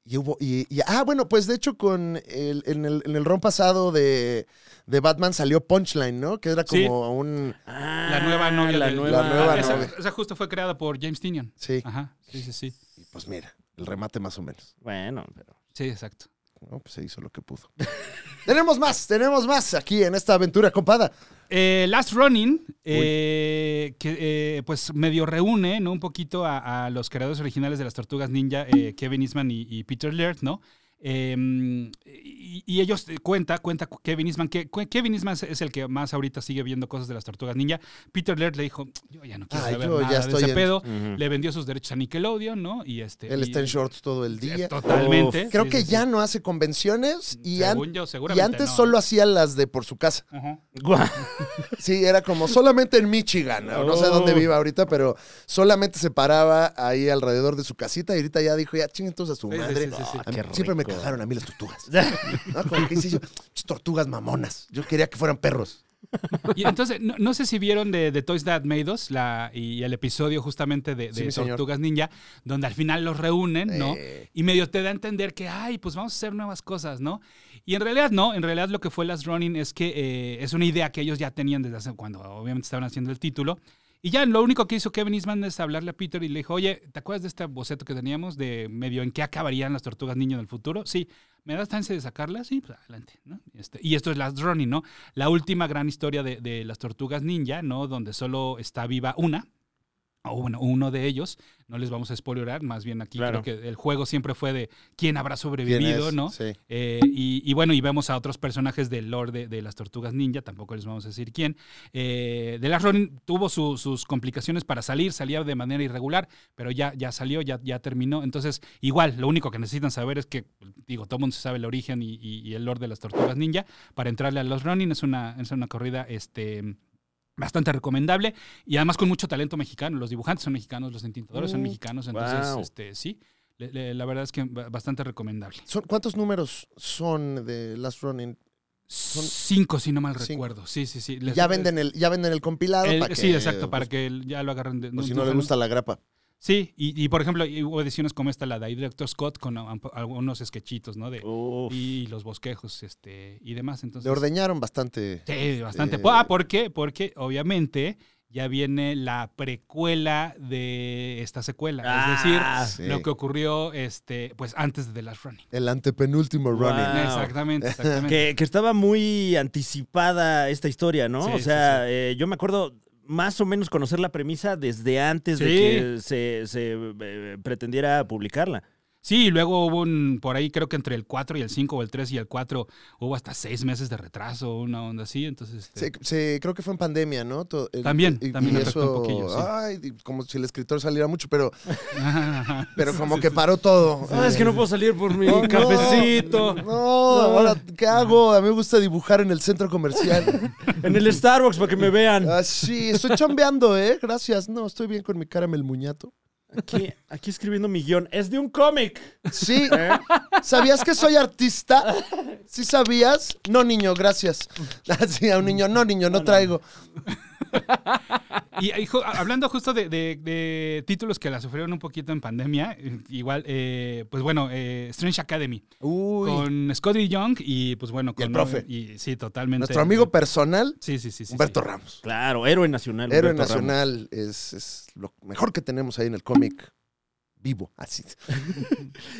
S6: Y hubo, y, y- ah, bueno, pues de hecho con el, en, el, en el ron pasado de, de Batman salió Punchline, ¿no? Que era como
S7: Sí.
S6: un...
S3: Ah,
S7: La nueva novia.
S3: La
S7: de-
S3: nueva,
S6: La nueva
S7: Ah, esa,
S6: novia.
S7: esa justo fue creada por James Tinion.
S6: Sí,
S7: Ajá, sí, sí, sí.
S6: y pues mira, el remate más o menos.
S3: Bueno, pero.
S7: Sí, exacto.
S6: ¿no? Pues se hizo lo que pudo. tenemos más, tenemos más aquí en esta aventura, compada.
S7: Eh, Last Running, eh, que eh, pues medio reúne ¿no? un poquito a, a los creadores originales de las Tortugas Ninja, eh, Kevin Eastman y, y Peter Laird, ¿no? Eh, y, y ellos eh, cuenta, cuenta Kevin Eastman, que que Kevin Eastman es- es el que más ahorita sigue viendo cosas de las Tortugas Ninja. Peter Laird le dijo, yo ya no quiero
S6: Ah,
S7: saber
S6: yo ya
S7: nada de
S6: estoy
S7: ese
S6: en-
S7: pedo.
S3: Ujú.
S7: Le vendió sus derechos a Nickelodeon, ¿no? Y este,
S6: Él
S7: y-
S6: está en shorts todo el
S7: eh,
S6: día.
S7: Totalmente.
S6: Creo
S7: Sí,
S6: que
S7: sí, sí. Mm,
S6: ya no hace convenciones y, an-
S7: Según yo,
S6: y
S7: seguramente
S6: antes
S7: no.
S6: solo hacía las de por su casa.
S7: Ajá.
S3: Guau.
S6: Sí, era como solamente en Michigan, o no sé
S3: Oh.
S6: dónde viva ahorita, pero solamente se paraba ahí alrededor de su casita y ahorita ya dijo, ya chinguen todos a su
S7: Sí, sí,
S6: madre.
S7: sí, sí, sí.
S6: A mí-
S3: Qué
S6: Siempre me
S3: rico.
S6: cagaron a mí las tortugas. ¿No? Como que hice yo, "Ch, tortugas mamonas. Yo quería que fueran perros.
S7: Y entonces, no, no sé si vieron de, de Toys That Made Us la, y el episodio justamente de,
S6: Sí,
S7: de
S6: mi señor.
S7: Tortugas Ninja, donde al final los reúnen, ¿no?
S6: Eh,
S7: Y medio te da a entender que, ay, pues vamos a hacer nuevas cosas, ¿no? Y en realidad no, en realidad lo que fue Last Running es que eh, es una idea que ellos ya tenían desde hace cuando obviamente estaban haciendo el título. Y ya lo único que hizo Kevin Eastman es hablarle a Peter y le dijo, oye, ¿te acuerdas de este boceto que teníamos de medio en qué acabarían las tortugas niño en el futuro? Sí, ¿me das chance de sacarlas? Sí, pues adelante, ¿no? Este, y esto es Last Running, ¿no? La última gran historia de, de las tortugas ninja, ¿no? Donde solo está viva una, o bueno, uno de ellos. No les vamos a spoilerar, más bien aquí
S3: Claro.
S7: creo que el juego siempre fue de quién habrá
S6: ¿quién
S7: sobrevivido,
S6: es?
S7: ¿no?
S6: Sí.
S7: Eh, y, y bueno, y vemos a otros personajes del lore de, de las tortugas ninja, tampoco les vamos a decir quién. Eh, The Last Ronin tuvo su- sus complicaciones para salir, salía de manera irregular, pero ya, ya salió, ya, ya terminó. Entonces, igual, lo único que necesitan saber es que, digo, todo mundo se sabe el origen y, y- y el lore de las tortugas ninja. Para entrarle a los Ronin es una, es una corrida este, bastante recomendable y además con mucho talento mexicano. Los dibujantes son mexicanos, los entintadores son
S3: Mm,
S7: mexicanos, entonces,
S3: wow.
S7: este, sí. le- le- La verdad es que ba- bastante recomendable.
S6: Son- ¿Cuántos números son de Last Running?
S7: Son cinco, si no mal
S6: cinco.
S7: recuerdo. Sí, sí, sí. Les-
S6: Ya venden el, ya venden el compilado.
S7: el-
S6: para
S7: sí,
S6: que, pues,
S7: exacto, para que el- ya lo agarren. De,
S6: Por si
S7: de
S6: no
S7: un
S6: le
S7: jalón.
S6: gusta la grapa.
S7: Sí, y, y, por ejemplo, y hubo ediciones como esta, la de Director Scott, con am- algunos sketchitos, ¿no? De,
S3: Uf.
S7: y los bosquejos este y demás. Entonces,
S6: Le ordeñaron bastante.
S7: Sí, bastante.
S6: Eh,
S7: ah, ¿por qué? Porque obviamente ya viene la precuela de esta secuela.
S3: Ah,
S7: es
S6: sí.
S7: decir, lo que ocurrió este, pues antes de The Last Running.
S6: El antepenúltimo
S3: Wow.
S6: Running.
S7: Exactamente, exactamente.
S3: Que, que estaba muy anticipada esta historia, ¿no?
S7: Sí,
S3: o
S7: sí,
S3: sea, eh, yo me acuerdo más o menos conocer la premisa desde antes de
S7: Sí.
S3: que se, se, eh, pretendiera publicarla.
S7: Sí, y luego hubo un, por ahí creo que entre el 4 y el 5 o el 3 y el 4 hubo hasta seis meses de retraso, una onda así, entonces... este,
S6: Se, se- creo que fue en pandemia, ¿no? To- el-
S7: También, también afectó un poquillo, sí.
S6: ay, y como si el escritor saliera mucho, pero,
S7: ajá.
S6: pero como que paró todo.
S3: Ah, es que no puedo salir por mi
S6: Oh, no.
S3: cafecito.
S6: No, ahora, ¿qué hago? A mí me gusta dibujar en el centro comercial.
S3: En el Starbucks para que me vean.
S6: Ah, sí, estoy chambeando, ¿eh? Gracias. No, estoy bien con mi caramel muñato.
S3: Aquí, aquí escribiendo mi guión. Es de un cómic.
S6: Sí.
S3: ¿Eh?
S6: ¿Sabías que soy artista? ¿Sí sabías? No, niño, gracias. Así a un niño, no, niño, no traigo.
S7: Y, y ju- hablando justo de, de- de títulos que la sufrieron un poquito en pandemia, eh, igual, eh, pues bueno, eh, Strange Academy,
S6: Uy.
S7: con Scotty Young y pues bueno, con...
S6: el profe.
S7: y- sí, totalmente.
S6: Nuestro amigo personal,
S7: Sí, sí, sí. sí,
S6: Humberto
S7: sí.
S6: Ramos.
S3: Claro, héroe nacional.
S6: Héroe
S3: Humberto Ramos.
S6: Nacional es, es lo mejor que tenemos ahí en el cómic vivo, así.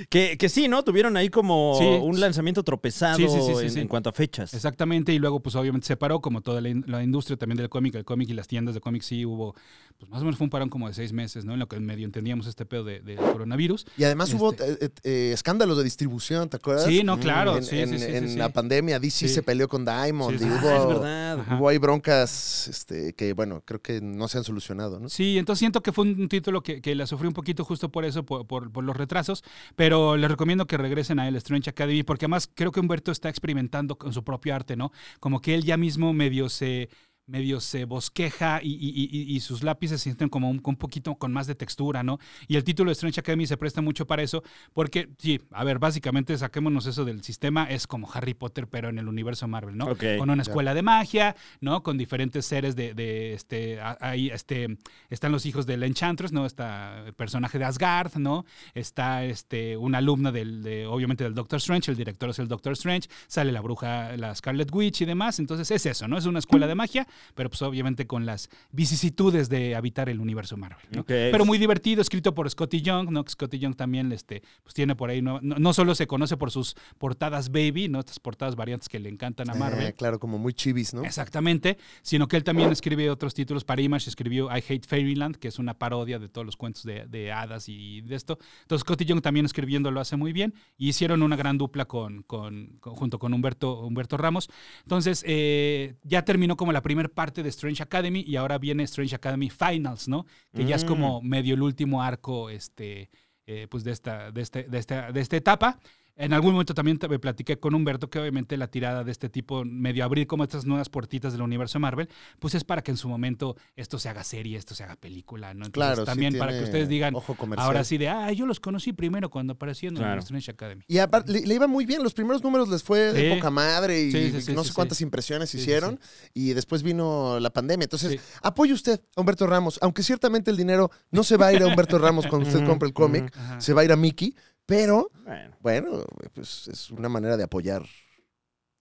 S3: Que, que sí, ¿no? Tuvieron ahí como
S7: Sí.
S3: un lanzamiento tropezado
S7: Sí, sí, sí, sí,
S3: en,
S7: sí.
S3: en cuanto a fechas.
S7: Exactamente, y luego pues obviamente se paró como toda la, in- la industria también del cómic, el cómic y las tiendas de cómic sí hubo, pues más o menos fue un parón como de seis meses, ¿no? En lo que medio entendíamos este pedo de- del coronavirus.
S6: Y además hubo
S7: Este.
S6: eh, eh, eh, escándalos de distribución, ¿te acuerdas?
S7: Sí, no, claro,
S6: En,
S7: sí,
S6: en-
S7: sí, sí, sí,
S6: en
S7: sí.
S6: la pandemia DC
S7: Sí.
S6: se peleó con Diamond
S7: Sí,
S6: y
S7: sí.
S6: hubo,
S3: Ah, es verdad.
S7: Ajá.
S6: hubo ahí broncas este, que, bueno, creo que no se han solucionado, ¿no?
S7: Sí, entonces siento que fue un título que, que la sufrí un poquito justo por eso, por, por- por los retrasos, pero les recomiendo que regresen a el Strange Academy, porque además creo que Humberto está experimentando con su propio arte, ¿no? Como que él ya mismo medio se medio se bosqueja y, y- y- y sus lápices se sienten como un, un poquito con más de textura, ¿no? Y el título de Strange Academy se presta mucho para eso, porque, sí, a ver, básicamente saquémonos eso del sistema, es como Harry Potter, pero en el universo Marvel, ¿no?
S3: Ok.
S7: Con una escuela de magia, ¿no? Con diferentes seres de, de, este, a- ahí, este, están los hijos del Enchantress, ¿no? Está el personaje de Asgard, ¿no? Está, este, una alumna del, de, obviamente, del Doctor Strange, el director es el Doctor Strange, sale la bruja, la Scarlet Witch y demás, entonces es eso, ¿no? Es una escuela de magia, pero pues obviamente con las vicisitudes de habitar el universo Marvel, ¿no?
S3: Ok.
S7: Pero muy divertido, escrito por Scotty Young, ¿no? Que Scotty Young también este, pues tiene por ahí, no, no- no solo se conoce por sus portadas baby, ¿no? Estas portadas variantes que le encantan a Marvel.
S6: Eh, claro, como muy chivis, ¿no?
S7: Exactamente, sino que él también escribe otros títulos para Image, escribió I Hate Fairyland, que es una parodia de todos los cuentos de, de hadas y de esto. Entonces Scotty Young también escribiendo lo hace muy bien y hicieron una gran dupla con, con- con- junto con Humberto, Humberto Ramos. Entonces eh, ya terminó como la primera parte de Strange Academy y ahora viene Strange Academy Finals, ¿no? Que ya es
S6: Mm.
S7: como medio el último arco este, eh, pues de, esta, de, este- de esta, de esta etapa. En algún momento también te- me platiqué con Humberto que obviamente la tirada de este tipo, medio abrir como estas nuevas puertitas del universo Marvel, pues es para que en su momento esto se haga serie, esto se haga película, ¿no? Entonces,
S6: Claro, sí
S7: pues, también para que
S6: tiene
S7: ustedes digan,
S6: ojo comercial.
S7: ahora sí de, ah, yo los conocí primero cuando aparecieron en
S3: Claro.
S7: Strange Academy.
S6: Y aparte, le, le iba muy bien. Los primeros números les fue de
S7: Sí.
S6: poca madre y
S7: Sí, sí, sí,
S6: no
S7: sí,
S6: sé
S7: sí.
S6: cuántas impresiones
S7: Sí, sí,
S6: hicieron. Y después vino la pandemia. Entonces,
S7: Sí.
S6: apoye usted a Humberto Ramos. Aunque ciertamente el dinero no se va a ir a Humberto Ramos cuando usted compre el cómic,
S7: Ajá.
S6: se va a ir a Mickey. Pero,
S3: Bueno.
S6: bueno, pues es una manera de apoyar.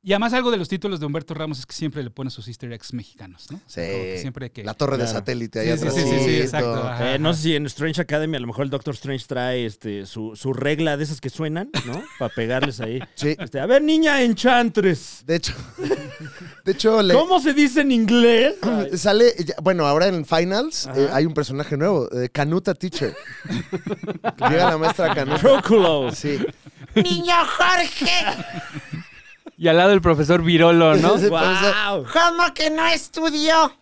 S7: Y además algo de los títulos de Humberto Ramos es que siempre le pone sus easter eggs mexicanos, ¿no? O sea,
S6: Sí.
S7: como que siempre que...
S6: La torre de
S3: Claro.
S6: satélite ahí
S7: sí, sí, sí,
S6: atrás.
S7: sí, sí,
S3: atrásito.
S7: exacto. ajá,
S3: Eh, no
S7: ajá.
S3: sé si en Strange Academy a lo mejor el Doctor Strange trae este, su, su regla de esas que suenan, ¿no? Para pegarles ahí.
S6: Sí.
S3: Este, a ver, niña enchantres.
S6: De hecho, de hecho le,
S3: ¿Cómo se dice en inglés?
S6: Sale, ya- bueno, ahora en Finals
S3: Ajá.
S6: eh, hay un personaje nuevo, eh, Canuta Teacher. Llega la maestra Canuta.
S3: Proculos.
S6: Sí.
S2: Y al lado el profesor Virolo, ¿no?
S6: Sí, sí, por eso-
S3: ¡Wow!
S8: ¿Cómo que no estudió?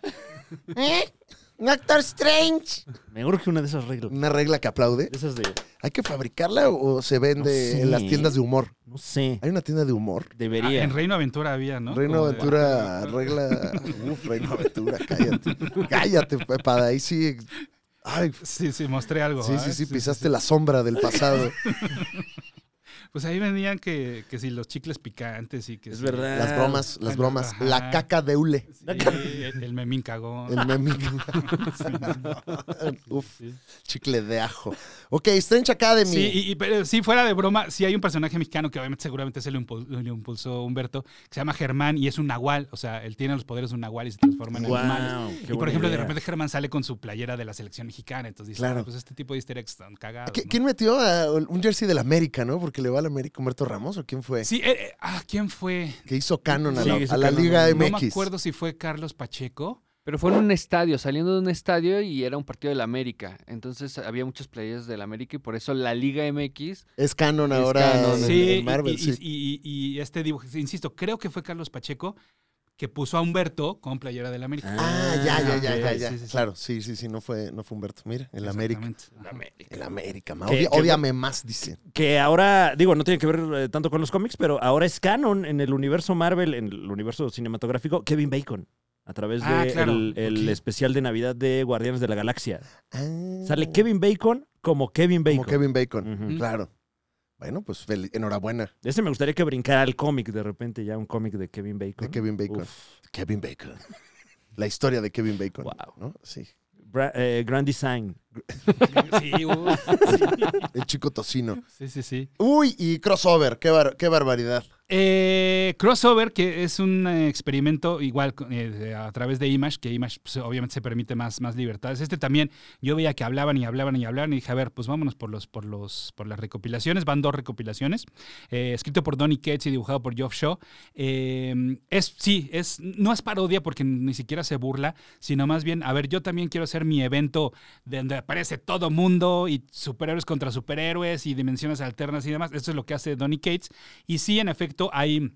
S8: ¿Eh? Doctor Strange.
S3: Me urge una de esas reglas.
S6: Una regla que aplaude.
S3: De esas de.
S6: ¿Hay que fabricarla o se vende
S3: No sé.
S6: en las tiendas de humor?
S3: No sé.
S6: ¿Hay una tienda de humor?
S7: Ah,
S3: Debería.
S7: en Reino Aventura había, ¿no?
S6: Reino
S7: Como de-
S6: Aventura, regla. Uf, Reino Aventura, cállate. Cállate, Pepa. Ahí sí. Ay,
S7: "Ah, Sí, sí, mostré algo.
S6: sí,
S7: ¿ah?
S6: sí, sí, pisaste la sombra del pasado.
S7: Pues ahí venían que, que si los chicles picantes y que
S3: es
S7: si-
S3: verdad.
S6: Las bromas, las
S7: Ajá.
S6: bromas.
S7: Ah.
S6: La caca de hule.
S7: sí, el, el memín cagón.
S6: El meme. Uf, chicle de ajo. Ok, Strange Academy.
S7: Sí, y, y- pero si fuera de broma, sí hay un personaje mexicano que obviamente seguramente se lo, impu- lo impulsó Humberto, que se llama Germán y es un nahual, o sea, él tiene los poderes de un nahual y se transforma en
S3: Guau,
S7: animales.
S3: qué
S7: Y por
S3: buena
S7: ejemplo, de
S3: idea.
S7: repente Germán sale con su playera de la selección mexicana, entonces dice,
S6: Claro.
S7: "Ah, pues este tipo de easter eggs están cagados.
S6: ¿Qui-
S7: ¿no?
S6: ¿Quién metió a un jersey del América, no? Porque le va al América Humberto Ramos o quién fue?
S7: Sí, eh, eh, ah, ¿quién fue?
S6: Que hizo canon a la,
S3: Sí, hizo
S6: a la
S3: canon.
S6: Liga MX.
S7: No me acuerdo si fue Carlos Pacheco.
S2: Pero fue en un estadio, saliendo de un estadio y era un partido del América. Entonces había muchos players del América y por eso la Liga MX.
S6: Es canon
S2: Es
S6: ahora
S2: canon.
S6: en-
S7: Sí,
S6: en Marvel,
S7: y, y-
S6: sí.
S7: y- y- y este dibujo, insisto, creo que fue Carlos Pacheco que puso a Humberto con playera del América.
S6: Ah, ya, ya, ya,
S7: ok,
S6: ya, ya.
S7: sí, sí, sí.
S6: Claro, sí, sí, sí, no fue, no fue Humberto. Mira, el América.
S7: Exactamente.
S6: El América, ma.
S3: Qué-
S6: Odia-
S3: qué
S6: ódiame más, dice.
S3: Que ahora, digo, no tiene que ver eh, tanto con los cómics, pero ahora es canon en el universo Marvel, en el universo cinematográfico, Kevin Bacon. A través del
S7: Ah, claro.
S3: el
S6: Ok.
S3: especial de Navidad de Guardianes de la Galaxia.
S6: Ah,
S3: Sale Kevin Bacon como Kevin Bacon.
S6: Como Kevin Bacon,
S3: Ujú.
S7: Mm.
S6: claro. Bueno, pues fel- enhorabuena
S3: Ese me gustaría que brincara al cómic de repente, ya un cómic de Kevin Bacon.
S6: de Kevin Bacon.
S3: Uf.
S6: Kevin Bacon. La historia de Kevin Bacon.
S3: Wow.
S6: ¿no? Sí.
S3: Bra- eh, Grand Design.
S7: Sí, uh,
S6: El chico tocino.
S7: sí, sí, sí.
S6: Uy, y crossover. Qué, bar- qué barbaridad.
S7: Eh, crossover, que es un eh, experimento igual eh, de- a través de Image, que Image pues, obviamente se permite más, más libertades. Este también, yo veía que hablaban y hablaban y hablaban y dije, a ver, pues vámonos por, los, por, los, por las recopilaciones. Van dos recopilaciones, eh, escrito por Donny Cates y dibujado por Geoff Shaw. Eh, es, sí, es, no es parodia porque ni siquiera se burla, sino más bien, a ver, yo también quiero hacer mi evento de donde aparece todo mundo y superhéroes contra superhéroes y dimensiones alternas y demás. Esto es lo que hace Donny Cates. Y sí, en efecto, hay eh,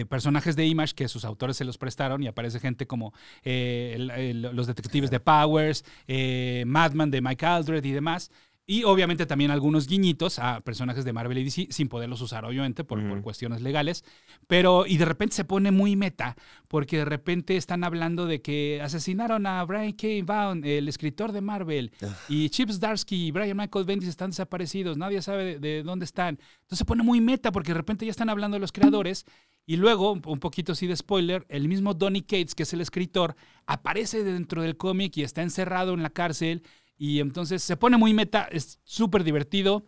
S7: eh, personajes de Image que sus autores se los prestaron y aparece gente como eh, el- el- los detectives de Powers, eh, Madman de Mike Aldred y demás. Y obviamente también algunos guiñitos a personajes de Marvel y DC sin poderlos usar, obviamente, por, por cuestiones legales. Pero, y de repente se pone muy meta, porque de repente están hablando de que asesinaron a Brian K. Vaughan, el escritor de Marvel, y Chips Darsky y Brian Michael Bendis están desaparecidos, nadie sabe de, de dónde están. Entonces se pone muy meta, porque de repente ya están hablando de los creadores. Y luego, un un poquito así de spoiler, el mismo Donny Cates, que es el escritor, aparece dentro del cómic y está encerrado en la cárcel. Y entonces se pone muy meta, es súper divertido.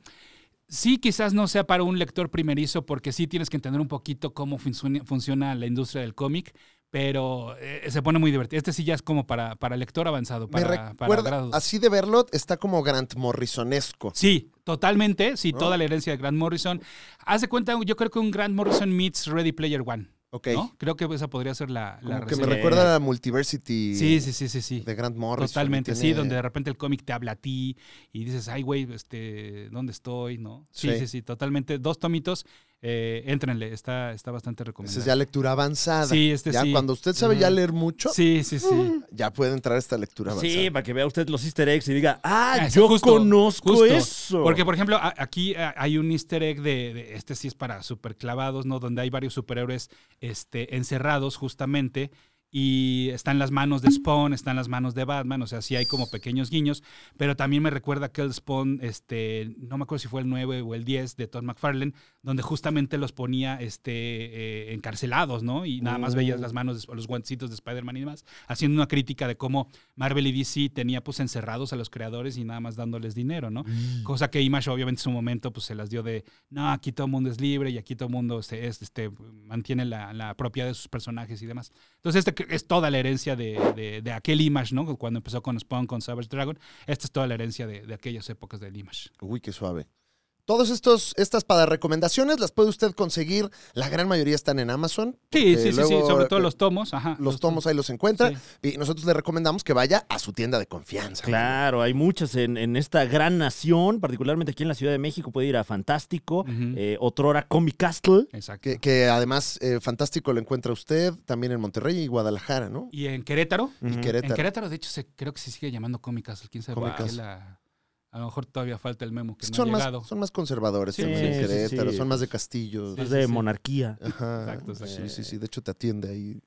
S7: Sí, quizás no sea para un lector primerizo, porque sí tienes que entender un poquito cómo funciona, funciona la industria del cómic, pero eh, se pone muy divertido. Este sí ya es como para, para lector avanzado,
S6: Me
S7: para, para
S6: recuerda,
S7: grados.
S6: así de verlo, está como Grant Morrisonesco.
S7: Sí, totalmente, sí, toda la herencia de Grant Morrison. Hace cuenta, yo creo que un Grant Morrison meets Ready Player One.
S6: Ok.
S7: ¿no? Creo que esa podría ser la, la
S6: Como que me
S7: reseña.
S6: recuerda a la Multiversity
S7: Sí, sí, sí, sí, sí.
S6: de Grant Morrison.
S7: Totalmente, sí,
S6: Tiene-
S7: donde de repente el cómic te habla a ti y dices, ay, güey, este, ¿dónde estoy? ¿No? Sí,
S6: Sí.
S7: sí, sí, totalmente. Dos tomitos, eh, éntrenle, está, está bastante
S6: Esa
S7: recomendado.
S6: es ya lectura avanzada.
S7: Sí, este
S6: ya
S7: sí.
S6: Cuando ¡Uh! usted sabe ya leer mucho,
S7: Sí, sí, sí.
S6: ya puede entrar a esta lectura avanzada.
S3: Sí, para que vea usted los easter eggs y diga, ah,
S7: Ah, sí,
S3: yo
S7: justo,
S3: conozco
S7: justo.
S3: eso.
S7: Porque, por ejemplo, a- aquí a- hay un easter egg de, de- este sí es para super clavados, ¿no? Donde hay varios superhéroes este, encerrados justamente. Y están las manos de Spawn, están las manos de Batman, o sea, sí hay como pequeños guiños, pero también me recuerda que el Spawn, este, no me acuerdo si fue el 9 o el 10 de Todd McFarlane, donde justamente los ponía este, eh, encarcelados, ¿no? Y nada más veías las manos, de- los guantecitos de Spider-Man y demás, haciendo una crítica de cómo Marvel y DC tenía pues encerrados a los creadores y nada más dándoles dinero, ¿no? Cosa que Image obviamente en su momento pues se las dio de, no, aquí todo el mundo es libre y aquí todo el mundo este, es- este, mantiene la, la propiedad de sus personajes y demás. Entonces esta es toda la herencia de, de- de aquel Image, ¿no? Cuando empezó con Spawn, con Savage Dragon, esta es toda la herencia de, de aquellas épocas del Image.
S6: Uy, qué suave. Todos estos, estas para recomendaciones las puede usted conseguir. La gran mayoría están en Amazon.
S7: Sí, sí,
S6: porque
S7: sí, sí,
S6: luego,
S7: sobre todo
S6: eh,
S7: los tomos, ajá.
S6: los tomos ahí los encuentra.
S7: Sí.
S6: Y nosotros le recomendamos que vaya a su tienda de confianza.
S3: Claro, hay muchas en, en esta gran nación, particularmente aquí en la Ciudad de México. Puede ir a Fantástico,
S7: Ujú.
S3: eh, Otrora Comic Castle.
S7: Exacto.
S6: Que, que además, eh, fantástico lo encuentra usted también en Monterrey y Guadalajara, ¿no?
S7: Y en Querétaro,
S6: Y
S3: Ujú.
S6: Querétaro.
S7: En Querétaro, de hecho, se, creo que se sigue llamando Comic Castle. ¿Quién sabe por
S6: Comic
S7: qué
S6: Castle.
S7: la- A lo mejor todavía falta el memo que no
S6: son,
S7: ha
S6: más,
S7: llegado.
S6: son más conservadores
S7: Sí,
S6: también
S7: sí,
S6: en
S7: sí,
S6: Querétaro,
S3: sí.
S6: son más de castillos.
S3: Es
S7: Sí,
S3: de
S7: sí.
S3: monarquía.
S6: Ajá.
S7: Exacto, exacto.
S6: Sí, sí, sí. De hecho, te atiende ahí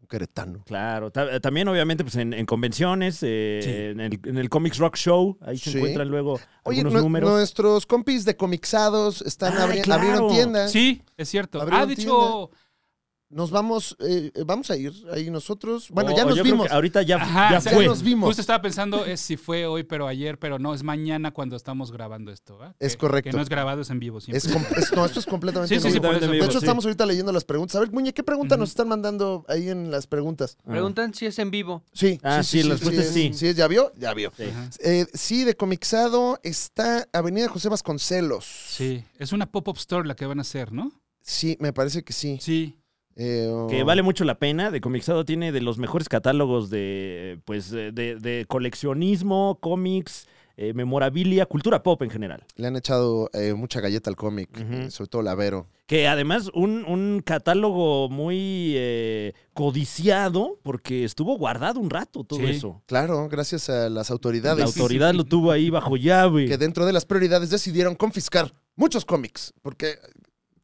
S6: un queretano.
S3: Claro, ta- también obviamente pues en, en convenciones, eh,
S7: Sí.
S3: en, el, en el Comics Rock Show, ahí se
S6: Sí.
S3: encuentran luego
S6: Oye,
S3: algunos
S6: nue-
S3: números.
S6: nuestros compis de comixados están
S3: Ah,
S6: abri-
S3: claro.
S6: abrieron tienda.
S7: Sí, es cierto.
S6: Abrieron
S7: Ah, de hecho,
S6: Nos vamos, eh, eh, vamos a ir ahí nosotros. Bueno,
S3: O-
S6: ya
S3: o
S6: nos
S3: Oh, yo creo
S6: vimos.
S3: que ah, Ahorita ya,
S7: Ajá,
S3: ya
S7: o sea,
S3: fue.
S6: nos vimos.
S7: justo estaba pensando es si fue hoy, pero ayer, pero no, es mañana cuando estamos grabando esto. ¿va?
S6: Es
S7: Que-
S6: correcto.
S7: Que no es grabado, es en vivo siempre.
S6: Es com- es- no, esto es completamente
S7: Sí, sí, sí, por
S6: nuevo.
S3: Completamente
S7: eso.
S6: De
S3: vivo,
S6: hecho,
S3: sí.
S6: estamos ahorita leyendo las preguntas. A ver, Muñe, ¿qué pregunta
S7: Ujú.
S6: nos están mandando ahí en las preguntas?
S2: Preguntan si es en vivo.
S6: Sí.
S3: Ah, sí, la respuesta es sí.
S6: Sí, ¿ya vio? Ya vio.
S3: Sí.
S7: Ajá.
S6: Eh, sí, de comixado está Avenida José Vasconcelos.
S7: Sí, es una pop-up store la que van a hacer, ¿no?
S6: Sí, me parece que sí.
S7: Sí.
S6: Eh, oh,
S3: Ah. Que vale mucho la pena. De Comixado tiene de los mejores catálogos de, pues, de, de coleccionismo, cómics, eh, memorabilia, cultura pop en general.
S6: Le han echado eh, mucha galleta al cómic,
S3: Ujú.
S6: eh, sobre todo la Vero.
S3: Que además un, un catálogo muy eh, codiciado porque estuvo guardado un rato todo
S7: Sí.
S3: eso.
S6: Claro, gracias a las
S3: La
S6: autoridades
S3: autoridad lo tuvo ahí bajo llave.
S6: que dentro de las prioridades decidieron confiscar muchos cómics. Porque,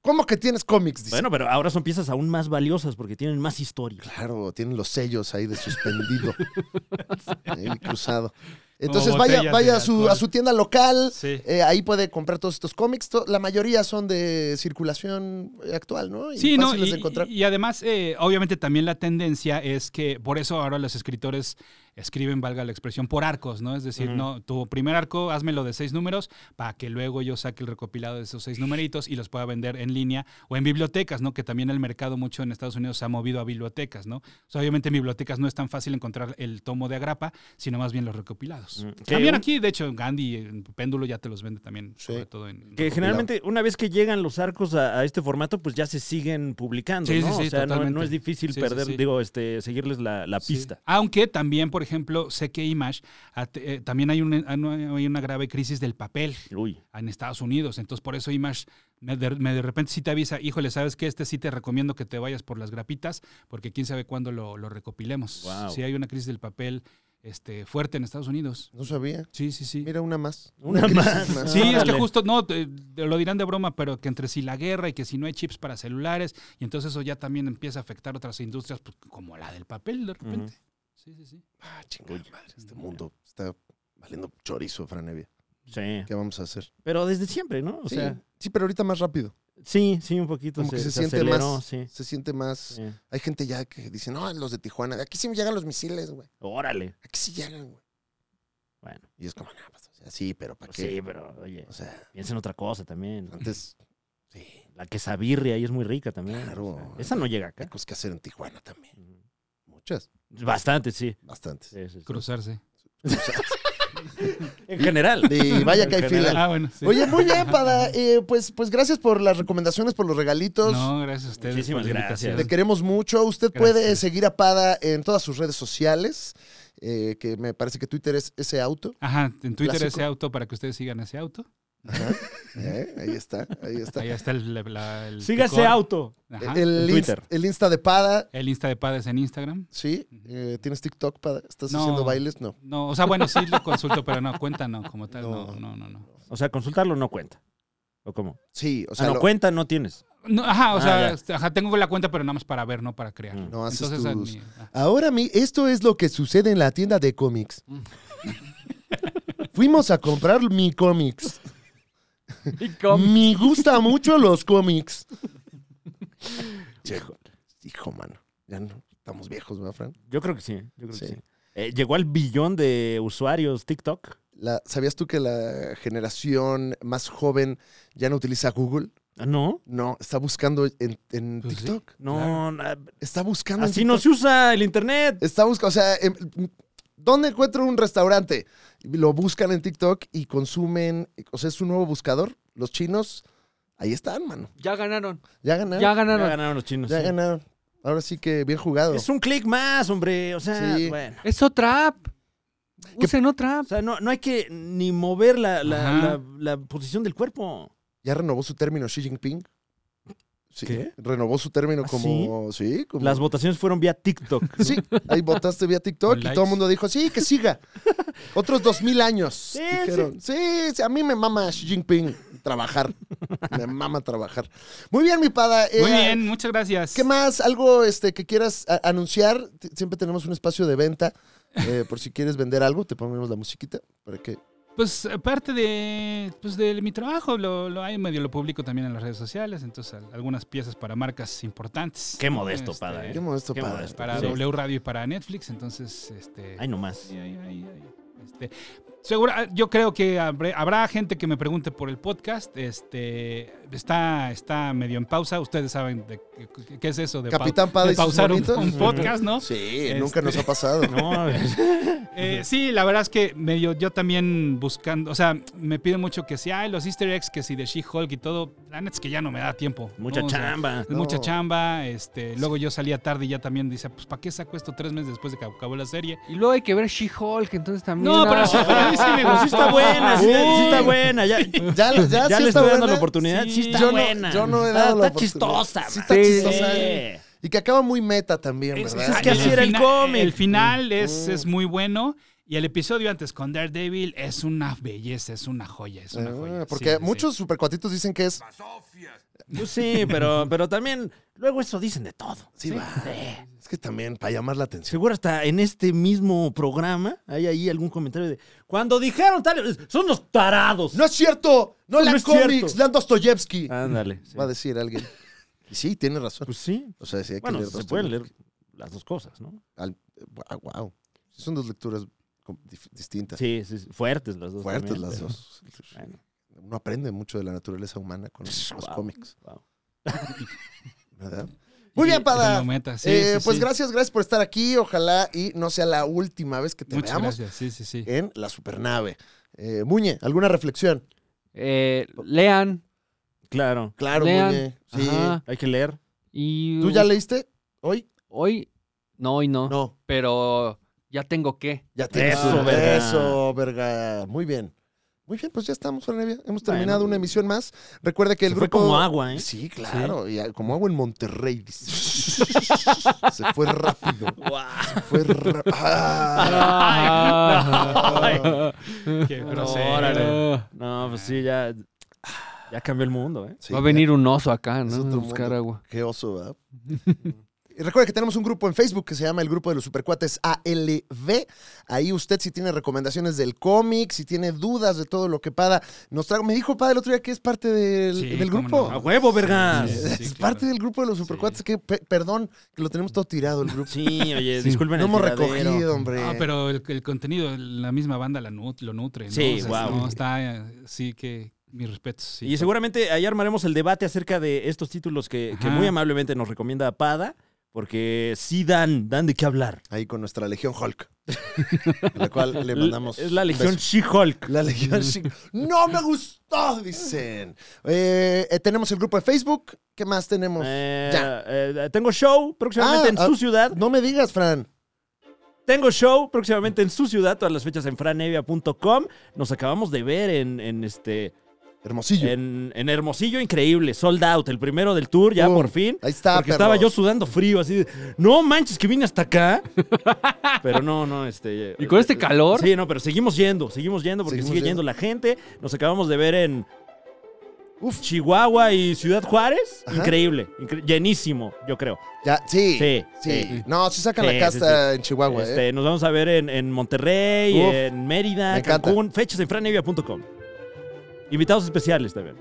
S6: ¿cómo que tienes cómics? Dice.
S3: Bueno, pero ahora son piezas aún más valiosas porque tienen más historia.
S6: Claro, tienen los sellos ahí de suspendido. ahí cruzado. Entonces
S7: Como
S6: vaya,
S7: botellas
S6: vaya
S7: de
S6: a su,
S7: alcohol.
S6: a su tienda local.
S7: Sí.
S6: eh, ahí puede comprar todos estos cómics. To- la mayoría son de circulación eh, actual, ¿no? Y
S7: Sí, no,
S6: fáciles
S7: y,
S6: de encontrar.
S7: y además, eh, obviamente también la tendencia es que por eso ahora los escritores escriben, valga la expresión, por arcos, ¿no? Es decir,
S3: Ujú.
S7: no, tu primer arco, házmelo de seis números para que luego yo saque el recopilado de esos seis numeritos y los pueda vender en línea o en bibliotecas, ¿no? Que también el mercado mucho en Estados Unidos se ha movido a bibliotecas, ¿no? O sea, obviamente en bibliotecas no es tan fácil encontrar el tomo de agrapa, sino más bien los recopilados.
S3: Mm, que
S7: También
S3: un-
S7: aquí, de hecho, Gandhi, en Péndulo ya te los vende también,
S6: Sí.
S7: sobre todo en...
S3: Que generalmente una vez que llegan los arcos a, a este formato, pues ya se siguen publicando,
S7: Sí,
S3: ¿no?
S7: sí, sí,
S3: o sea, no- no,
S7: totalmente.
S3: es difícil
S7: Sí, sí,
S3: perder,
S7: sí.
S3: digo, este, seguirles la, la
S7: Sí.
S3: pista.
S7: Aunque también, por ejemplo, sé que Image at- eh, también hay una, hay una grave crisis del papel
S3: Uy.
S7: en Estados Unidos. Entonces, por eso Image me de, me de repente sí te avisa, híjole, ¿sabes qué? Este sí te recomiendo que te vayas por las grapitas, porque quién sabe cuándo lo, lo recopilemos.
S3: Wow.
S7: Si hay una crisis del papel este, fuerte en Estados Unidos.
S1: No sabía.
S7: Sí, sí, sí.
S1: Mira, una más.
S3: Una
S1: crisis
S3: más.
S7: Sí, es que
S3: Órale.
S7: justo, no, te- te lo dirán de broma, pero que entre si la guerra y que si no hay chips para celulares, y entonces eso ya también empieza a afectar otras industrias, pues, como la del papel de repente. Sí, sí, sí.
S1: Ah, chingada madre, este mundo está valiendo chorizo, Franevia.
S3: Sí.
S1: ¿Qué vamos a hacer?
S3: Pero desde siempre, ¿no? O
S1: sí,
S3: sea,
S1: sí, pero ahorita más rápido.
S3: sí, sí, un poquito
S1: Como
S3: se,
S1: que se,
S3: se
S1: siente
S3: aceleró,
S1: más.
S3: sí.
S1: Se siente más.
S3: sí.
S1: Hay gente ya que dice, no, los de Tijuana, aquí sí llegan los misiles, güey.
S3: Órale.
S1: Aquí sí llegan, güey.
S3: Bueno,
S1: Y es como, no, pues, o sea, sí, pero ¿para
S3: pues
S1: qué?
S3: sí, pero oye,
S1: O sea,
S3: piensa en otra cosa también.
S1: antes, sí,
S3: La quesabirria ahí es muy rica también.
S1: Claro.
S3: o sea, esa no llega
S1: hay
S3: acá.
S1: cosas que hacer en Tijuana también. Muchas,
S3: Bastante, sí.
S1: bastantes.
S3: Sí, sí, sí.
S7: Cruzarse.
S3: En general.
S1: Y vaya que
S3: En
S1: hay
S3: general.
S1: fila.
S7: Ah, bueno, sí.
S1: Oye, muy bien, Pada. Eh, pues, pues gracias por las recomendaciones, por los regalitos.
S7: No, gracias a ustedes.
S3: Muchísimas
S7: por la
S3: gracias.
S7: invitación.
S1: Te queremos mucho. Usted
S7: Gracias.
S1: puede seguir a Pada en todas sus redes sociales, eh, que me parece que Twitter es ese auto.
S7: Ajá, en Twitter
S1: Clásico.
S7: ese auto para que ustedes sigan ese auto.
S1: Ajá. Eh, ahí está, ahí está.
S7: Ahí está el. la- la- el
S3: Siga ese
S7: picor.
S3: auto.
S7: Ajá. El,
S1: El,
S3: en
S1: Inst-
S3: Twitter.
S1: el Insta de Pada,
S7: Insta de Pades en Instagram.
S1: ¿sí? Eh, ¿Tienes TikTok, Pada? ¿Estás
S7: No.
S1: haciendo bailes? No.
S7: No, o sea, bueno, sí lo consulto, pero no, cuenta no, como tal, no, no, no. no.
S3: O sea, consultarlo no cuenta. ¿O cómo?
S1: Sí, o
S3: O
S1: sea,
S3: sea, Ah, no pues,
S1: lo-
S3: cuenta, no tienes.
S7: No, ajá, o
S3: Ah,
S7: sea,
S3: ya.
S7: este, ajá, tengo la cuenta, pero nada más para ver, no para crear.
S3: Mm.
S1: no haces
S7: Entonces, a
S1: tus-
S7: mí- ah,
S1: Ahora mi, esto es lo que sucede en la tienda de cómics.
S3: Mm.
S1: Fuimos a comprar mi cómics. Me gusta mucho los cómics. Hijo, hijo, mano. Ya no, estamos viejos, ¿verdad, Fran?
S3: Yo creo que sí. Yo creo
S1: Sí.
S3: que sí. Eh, llegó al billón de usuarios TikTok.
S1: La- ¿Sabías tú que la generación más joven ya no utiliza Google?
S3: Ah, no.
S1: No, está buscando en, en
S7: Pues sí.
S1: TikTok.
S3: No, na-
S1: Está buscando Ah, en
S3: así no
S1: TikTok.
S3: se usa el internet.
S1: Está buscando, o sea, em, ¿dónde encuentro un restaurante? Lo buscan en TikTok y consumen, o sea, es un nuevo buscador. Los chinos, ahí están, mano.
S2: Ya ganaron.
S1: Ya ganaron.
S2: Ya
S1: Ya,
S3: Ya
S2: ganaron.
S3: ganaron los chinos. sí.
S1: ganaron. Ahora sí que bien jugado.
S3: Es un clic más, hombre. O sea,
S1: Sí.
S3: bueno.
S2: Es otra app.
S1: ¿Qué-
S2: Usen otra
S3: O
S2: app.
S3: sea, no, no hay que ni mover la, la-
S7: Ajá.
S3: la- la posición del cuerpo.
S1: Ya renovó su término Xi Jinping. Sí,
S3: ¿Qué?
S1: Renovó su término
S3: ¿Ah,
S1: como. Sí, como.
S3: Las votaciones fueron vía TikTok.
S1: Sí, ahí votaste vía TikTok
S7: Con
S1: y
S7: likes.
S1: todo el mundo dijo, sí, que siga. Otros dos mil años. dijeron. Sí. sí, a mí me mama Xi Jinping trabajar. Me mama trabajar. Muy bien, mi pada.
S7: Muy
S1: Eh,
S7: bien, muchas gracias.
S1: ¿Qué más? ¿Algo este, que quieras a- anunciar? T- Siempre tenemos un espacio de venta. eh, por si quieres vender algo, te ponemos la musiquita para que
S7: Pues aparte de, pues, de mi trabajo, lo, lo hay medio lo publico también en las redes sociales, entonces al- algunas piezas para marcas importantes.
S3: Qué modesto, Pada, ¿eh?
S1: Este, Qué modesto,
S3: Qué
S1: Pada.
S3: modesto.
S7: Para
S3: Sí.
S7: W Radio y para Netflix, entonces este
S3: Ay, nomás.
S7: Sí, ahí, ahí, ahí. Este, seguro- ah, yo creo que habré- habrá gente que me pregunte por el podcast. Este, está, está medio en pausa. Ustedes saben de qué- qué es eso de, pau-
S1: Capitán Pada
S7: de
S1: y sus
S7: pausar un,
S1: monitos.
S7: un podcast, ¿no?
S1: Sí,
S7: Este-
S1: nunca nos ha pasado.
S3: No,
S7: Eh, sí, la verdad es que medio yo también buscando, o sea, me piden mucho que si hay los Easter eggs, que si de She-Hulk y todo. La neta es que ya no me da tiempo. ¿no?
S3: mucha
S7: O sea,
S3: chamba.
S1: No.
S7: Mucha chamba, este, luego yo salía tarde y ya también dice, pues ¿para qué saco esto tres meses después de que acabó la serie?
S2: Y luego hay que ver She-Hulk, entonces también.
S7: No,
S2: ah,
S7: pero, sí- pero a mí sí me
S3: Pero sí
S7: gustó.
S3: está buena, sí, sí está
S1: Uy.
S3: buena. Ya,
S1: Ya, ya,
S3: ya
S1: sí
S3: le
S1: está
S3: estoy dando la
S1: buena.
S3: oportunidad. Sí,
S7: Sí.
S3: está
S1: Yo no-
S3: buena.
S1: yo no he
S3: Está-
S1: dado la
S3: Está chistosa.
S1: Sí,
S3: man.
S1: está
S2: Sí,
S1: chistosa.
S2: sí.
S3: Sí.
S1: Y que acaba muy meta también,
S7: Es-
S1: ¿verdad?
S7: es-
S3: que así
S7: el
S3: era el
S7: fina-
S3: cómic.
S7: El final es,
S1: Mm.
S7: es muy bueno. Y el episodio antes con Daredevil es una belleza, es una joya, es una
S1: Ah,
S7: joya.
S1: porque
S7: Sí, sí,
S1: muchos supercuatitos dicen que es.
S3: Pues sí, pero, pero también luego eso dicen de todo.
S1: Sí, va. Es que también para llamar la atención.
S3: Seguro hasta en este mismo programa hay ahí algún comentario de cuando dijeron tal, son los tarados.
S1: ¡No es cierto! ¡No
S3: No
S1: la
S3: es
S1: cómics!
S3: cierto.
S1: ¡Lean Dostoyevsky!
S3: Ándale. sí.
S1: Va a decir alguien. Y sí, tiene razón.
S3: Pues sí.
S1: O sea, sí hay que
S3: Bueno,
S1: leer
S3: se
S1: Dostoyevsky.
S3: pueden leer las dos cosas, ¿no?
S1: Al- ah, wow. Sí Son dos lecturas com- dif- distintas.
S3: Sí, sí, sí, fuertes las dos.
S1: Fuertes
S3: también,
S1: las
S3: pero-
S1: dos.
S3: Bueno,
S1: Uno aprende mucho de la naturaleza humana con los
S3: Wow.
S1: cómics,
S3: wow.
S1: ¿verdad? Muy bien,
S7: Esa
S1: Pada.
S7: no meta, sí,
S1: Eh,
S7: sí,
S1: pues
S7: sí.
S1: gracias, gracias por estar aquí. Ojalá y no sea la última vez que te
S7: Muchas
S1: veamos
S7: gracias, sí, sí, sí.
S1: en la supernave. Eh, Muñe, ¿alguna reflexión?
S2: eh, lean.
S3: Claro,
S1: Claro,
S2: Lean.
S1: Muñe. Sí.
S2: Ajá.
S3: hay que leer.
S2: Y
S1: ¿Tú ya leíste hoy?
S2: hoy. No, hoy no.
S1: No.
S2: Pero ya tengo que.
S1: Ya te
S3: Eso, verga.
S1: Eso, verga. Muy bien.
S6: Muy bien, pues ya estamos, Fran Evia. Hemos terminado una emisión más. Recuerda que el
S3: Se fue
S6: grupo.
S3: como agua, ¿eh?
S6: Sí, claro. y a- como agua en Monterrey. dice. Se fue rápido. Se fue ra- Ah.
S7: Qué
S3: No,
S7: grosero.
S3: órale. No, pues sí, ya. Ya cambió el mundo, ¿eh?
S6: Sí,
S2: Va a venir un oso acá, ¿no?
S6: Es
S2: A
S6: otro
S2: buscar
S6: mundo.
S2: agua.
S6: Qué oso, ¿verdad? Y Recuerda que tenemos un grupo en Facebook que se llama el Grupo de los Supercuates ALV. Ahí usted si tiene recomendaciones del cómic, si tiene dudas de todo lo que Pada nos trajo. Me dijo Pada el otro día que es parte del,
S7: Sí,
S6: del
S7: cómo
S6: grupo.
S7: no.
S3: ¡A huevo, vergas!
S7: Sí, sí,
S6: es
S7: claro.
S6: parte del Grupo de los Supercuates. Que, pe- perdón, que lo tenemos todo tirado el grupo.
S3: Sí, oye, disculpen
S6: no
S3: el
S6: hemos
S3: tiradero.
S6: recogido, hombre.
S7: No, Ah, pero el, el contenido, la misma banda la nut- lo nutre. ¿no?
S3: Sí, guau.
S7: no, está, eh, sí que mis respetos. sí.
S3: Y seguramente ahí armaremos el debate acerca de estos títulos que, que
S7: Ajá.
S3: muy amablemente nos recomienda Pada, porque sí dan, dan de qué hablar.
S6: Ahí con nuestra Legión Hulk. a la cual le mandamos.
S3: Es la
S6: un
S3: Legión
S6: beso.
S3: She-Hulk.
S6: La Legión Shin- ¡No me gustó! Dicen. Eh, eh, tenemos el grupo de Facebook. ¿Qué más tenemos?
S3: Eh,
S6: Ya.
S3: eh, tengo show próximamente
S6: Ah,
S3: en
S6: ah,
S3: su ciudad.
S6: No me digas, Fran.
S3: Tengo show próximamente en su ciudad, todas las fechas en franevia.com. Nos acabamos de ver en, en este
S6: Hermosillo.
S3: en, en Hermosillo, increíble, sold out, el primero del tour, ya
S6: Pum.
S3: por fin.
S6: Ahí está,
S3: porque estaba yo
S6: perros.
S3: sudando frío, así de, no manches que vine hasta acá. pero no, no, este.
S2: ¿Y con este calor?
S3: Sí, no, pero seguimos yendo, seguimos yendo porque
S6: Seguimos
S3: sigue yendo.
S6: yendo.
S3: la gente. Nos acabamos de ver en
S6: Uf.
S3: Chihuahua y Ciudad Juárez.
S6: Ajá.
S3: Increíble, incre- llenísimo, yo creo.
S6: Ya, sí,
S3: Sí,
S6: sí,
S3: sí.
S6: No, sí sacan
S3: Sí,
S6: la casta
S3: sí,
S6: en Chihuahua,
S3: Este,
S6: ¿eh?
S3: Nos vamos a ver en, en Monterrey,
S6: Uf,
S3: en Mérida,
S6: me encanta.
S3: Cancún, fechas en franevia.com. Invitados especiales también.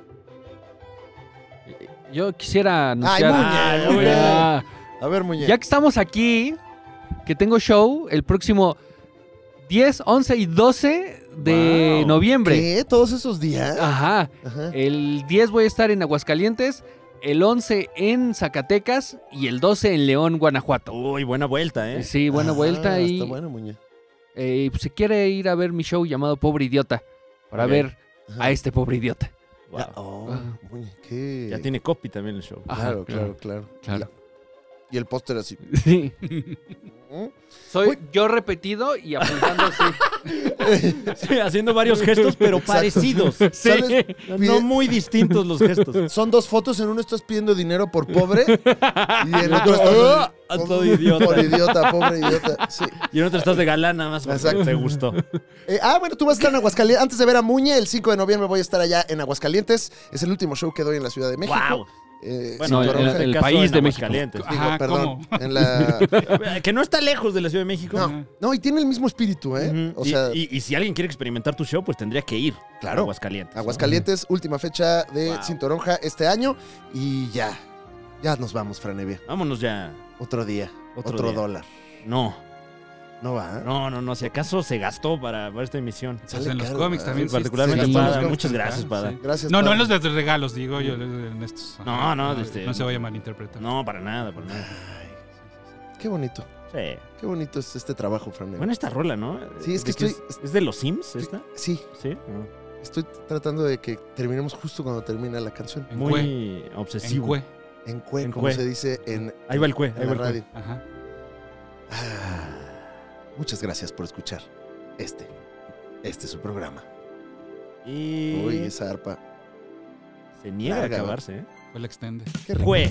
S2: Yo quisiera
S6: Ay,
S2: anunciar.
S6: muñe,
S3: Ay,
S6: muñe.
S2: Ya,
S6: A ver, muñe.
S2: ya que estamos aquí, que tengo show el próximo 10, 11 y 12 de
S3: Wow.
S2: noviembre.
S6: ¿Qué? ¿Todos esos días?
S2: Ajá.
S6: Ajá.
S2: El 10 voy a estar en Aguascalientes, el 11 en Zacatecas y el 12 en León, Guanajuato.
S3: Uy, buena vuelta, ¿eh?
S2: Sí, buena
S6: Ah,
S2: vuelta y
S6: Está bueno, muñe.
S2: eh, pues, si quiere ir a ver mi show llamado Pobre Idiota para
S3: Ok.
S2: ver
S6: Ajá.
S2: a este pobre idiota.
S3: Wow.
S6: Ya, oh,
S2: Ah.
S6: muñe, qué.
S3: Ya tiene copy también el show.
S2: Ajá,
S6: Claro, claro, claro.
S2: claro.
S6: Y el póster así.
S2: Sí.
S6: ¿Mm?
S2: Soy yo repetido y apuntando así.
S3: Sí, haciendo varios gestos, pero
S6: Exacto.
S3: parecidos.
S2: Sí.
S6: Sales-
S3: No muy distintos los gestos.
S6: Son dos fotos, en uno estás pidiendo dinero por pobre y en otro estás...
S3: Ah, todo idiota.
S6: Por idiota, pobre idiota. Sí.
S3: Y en otro estás de galán nada más. Exacto.
S6: Exacto.
S3: Te gustó.
S6: Eh, ah, bueno, tú vas a estar en Aguascalientes. Antes de ver a Muñe, el 5 de noviembre voy a estar allá en Aguascalientes. Es el último show que doy en la Ciudad de México.
S3: ¡Wow!
S6: Eh,
S3: Bueno,
S2: Sí,
S6: Cinturón
S2: el-
S6: Roja.
S2: el
S3: caso
S2: país
S3: en
S2: de México.
S3: Aguascalientes.
S6: Digo,
S7: Ajá,
S6: perdón.
S7: ¿cómo?
S6: En la...
S3: Eh, Que no está lejos de la Ciudad de México.
S6: No, no, y tiene el mismo espíritu, ¿eh?
S3: Ujú.
S6: O
S3: Y-
S6: sea,
S3: y, y si alguien quiere experimentar tu show, pues tendría que ir.
S6: Claro.
S3: a Aguascalientes. ¿no?
S6: Aguascalientes, última fecha de
S3: Wow.
S6: Cintoronja este año. Y ya, ya nos vamos, Franevia.
S3: Vámonos ya.
S6: Otro día,
S3: Otro
S6: otro,
S3: día. ¿Ah?
S6: dólar.
S3: No,
S6: No va, ¿eh?
S3: no, no, no. Si acaso se gastó para, para esta emisión.
S6: Sale
S7: Pues en los
S6: caro,
S7: cómics
S6: ¿eh?
S7: también.
S3: Sí,
S7: sí,
S3: particularmente
S7: sí,
S6: Pada.
S7: los cómics,
S3: Muchas gracias, ¿eh?
S7: sí.
S3: Pada.
S6: Gracias.
S7: No, no
S6: Pada.
S7: en los de regalos, digo yo, en estos. Ajá.
S3: No, no, este-
S7: No se vaya a malinterpretar.
S3: No, para nada, para nada.
S6: Qué bonito,
S3: Sí.
S6: qué bonito es este trabajo, Franevia.
S3: Bueno, esta rola, ¿no?
S6: Sí, es
S3: ¿De
S6: que
S3: qué
S6: estoy-
S3: Es, ¿Es de los Sims esta?
S6: Sí,
S3: Sí.
S6: estoy tratando de que terminemos justo cuando termina la canción.
S7: En
S3: Muy
S7: Cue, en
S3: obsesivo.
S7: Cue.
S6: En cue,
S3: En
S6: como
S3: cue.
S6: se dice en,
S3: Ahí va el cue,
S6: en
S3: ahí va
S6: la
S3: el cue.
S6: radio.
S7: Ajá.
S6: Ah, muchas gracias por escuchar este, este es su programa.
S3: Y
S6: Uy, esa arpa.
S3: se niega a
S6: Larga, ¿no?
S3: acabarse, ¿eh?
S7: Fue la extende.
S6: Qué rico.
S3: Cue.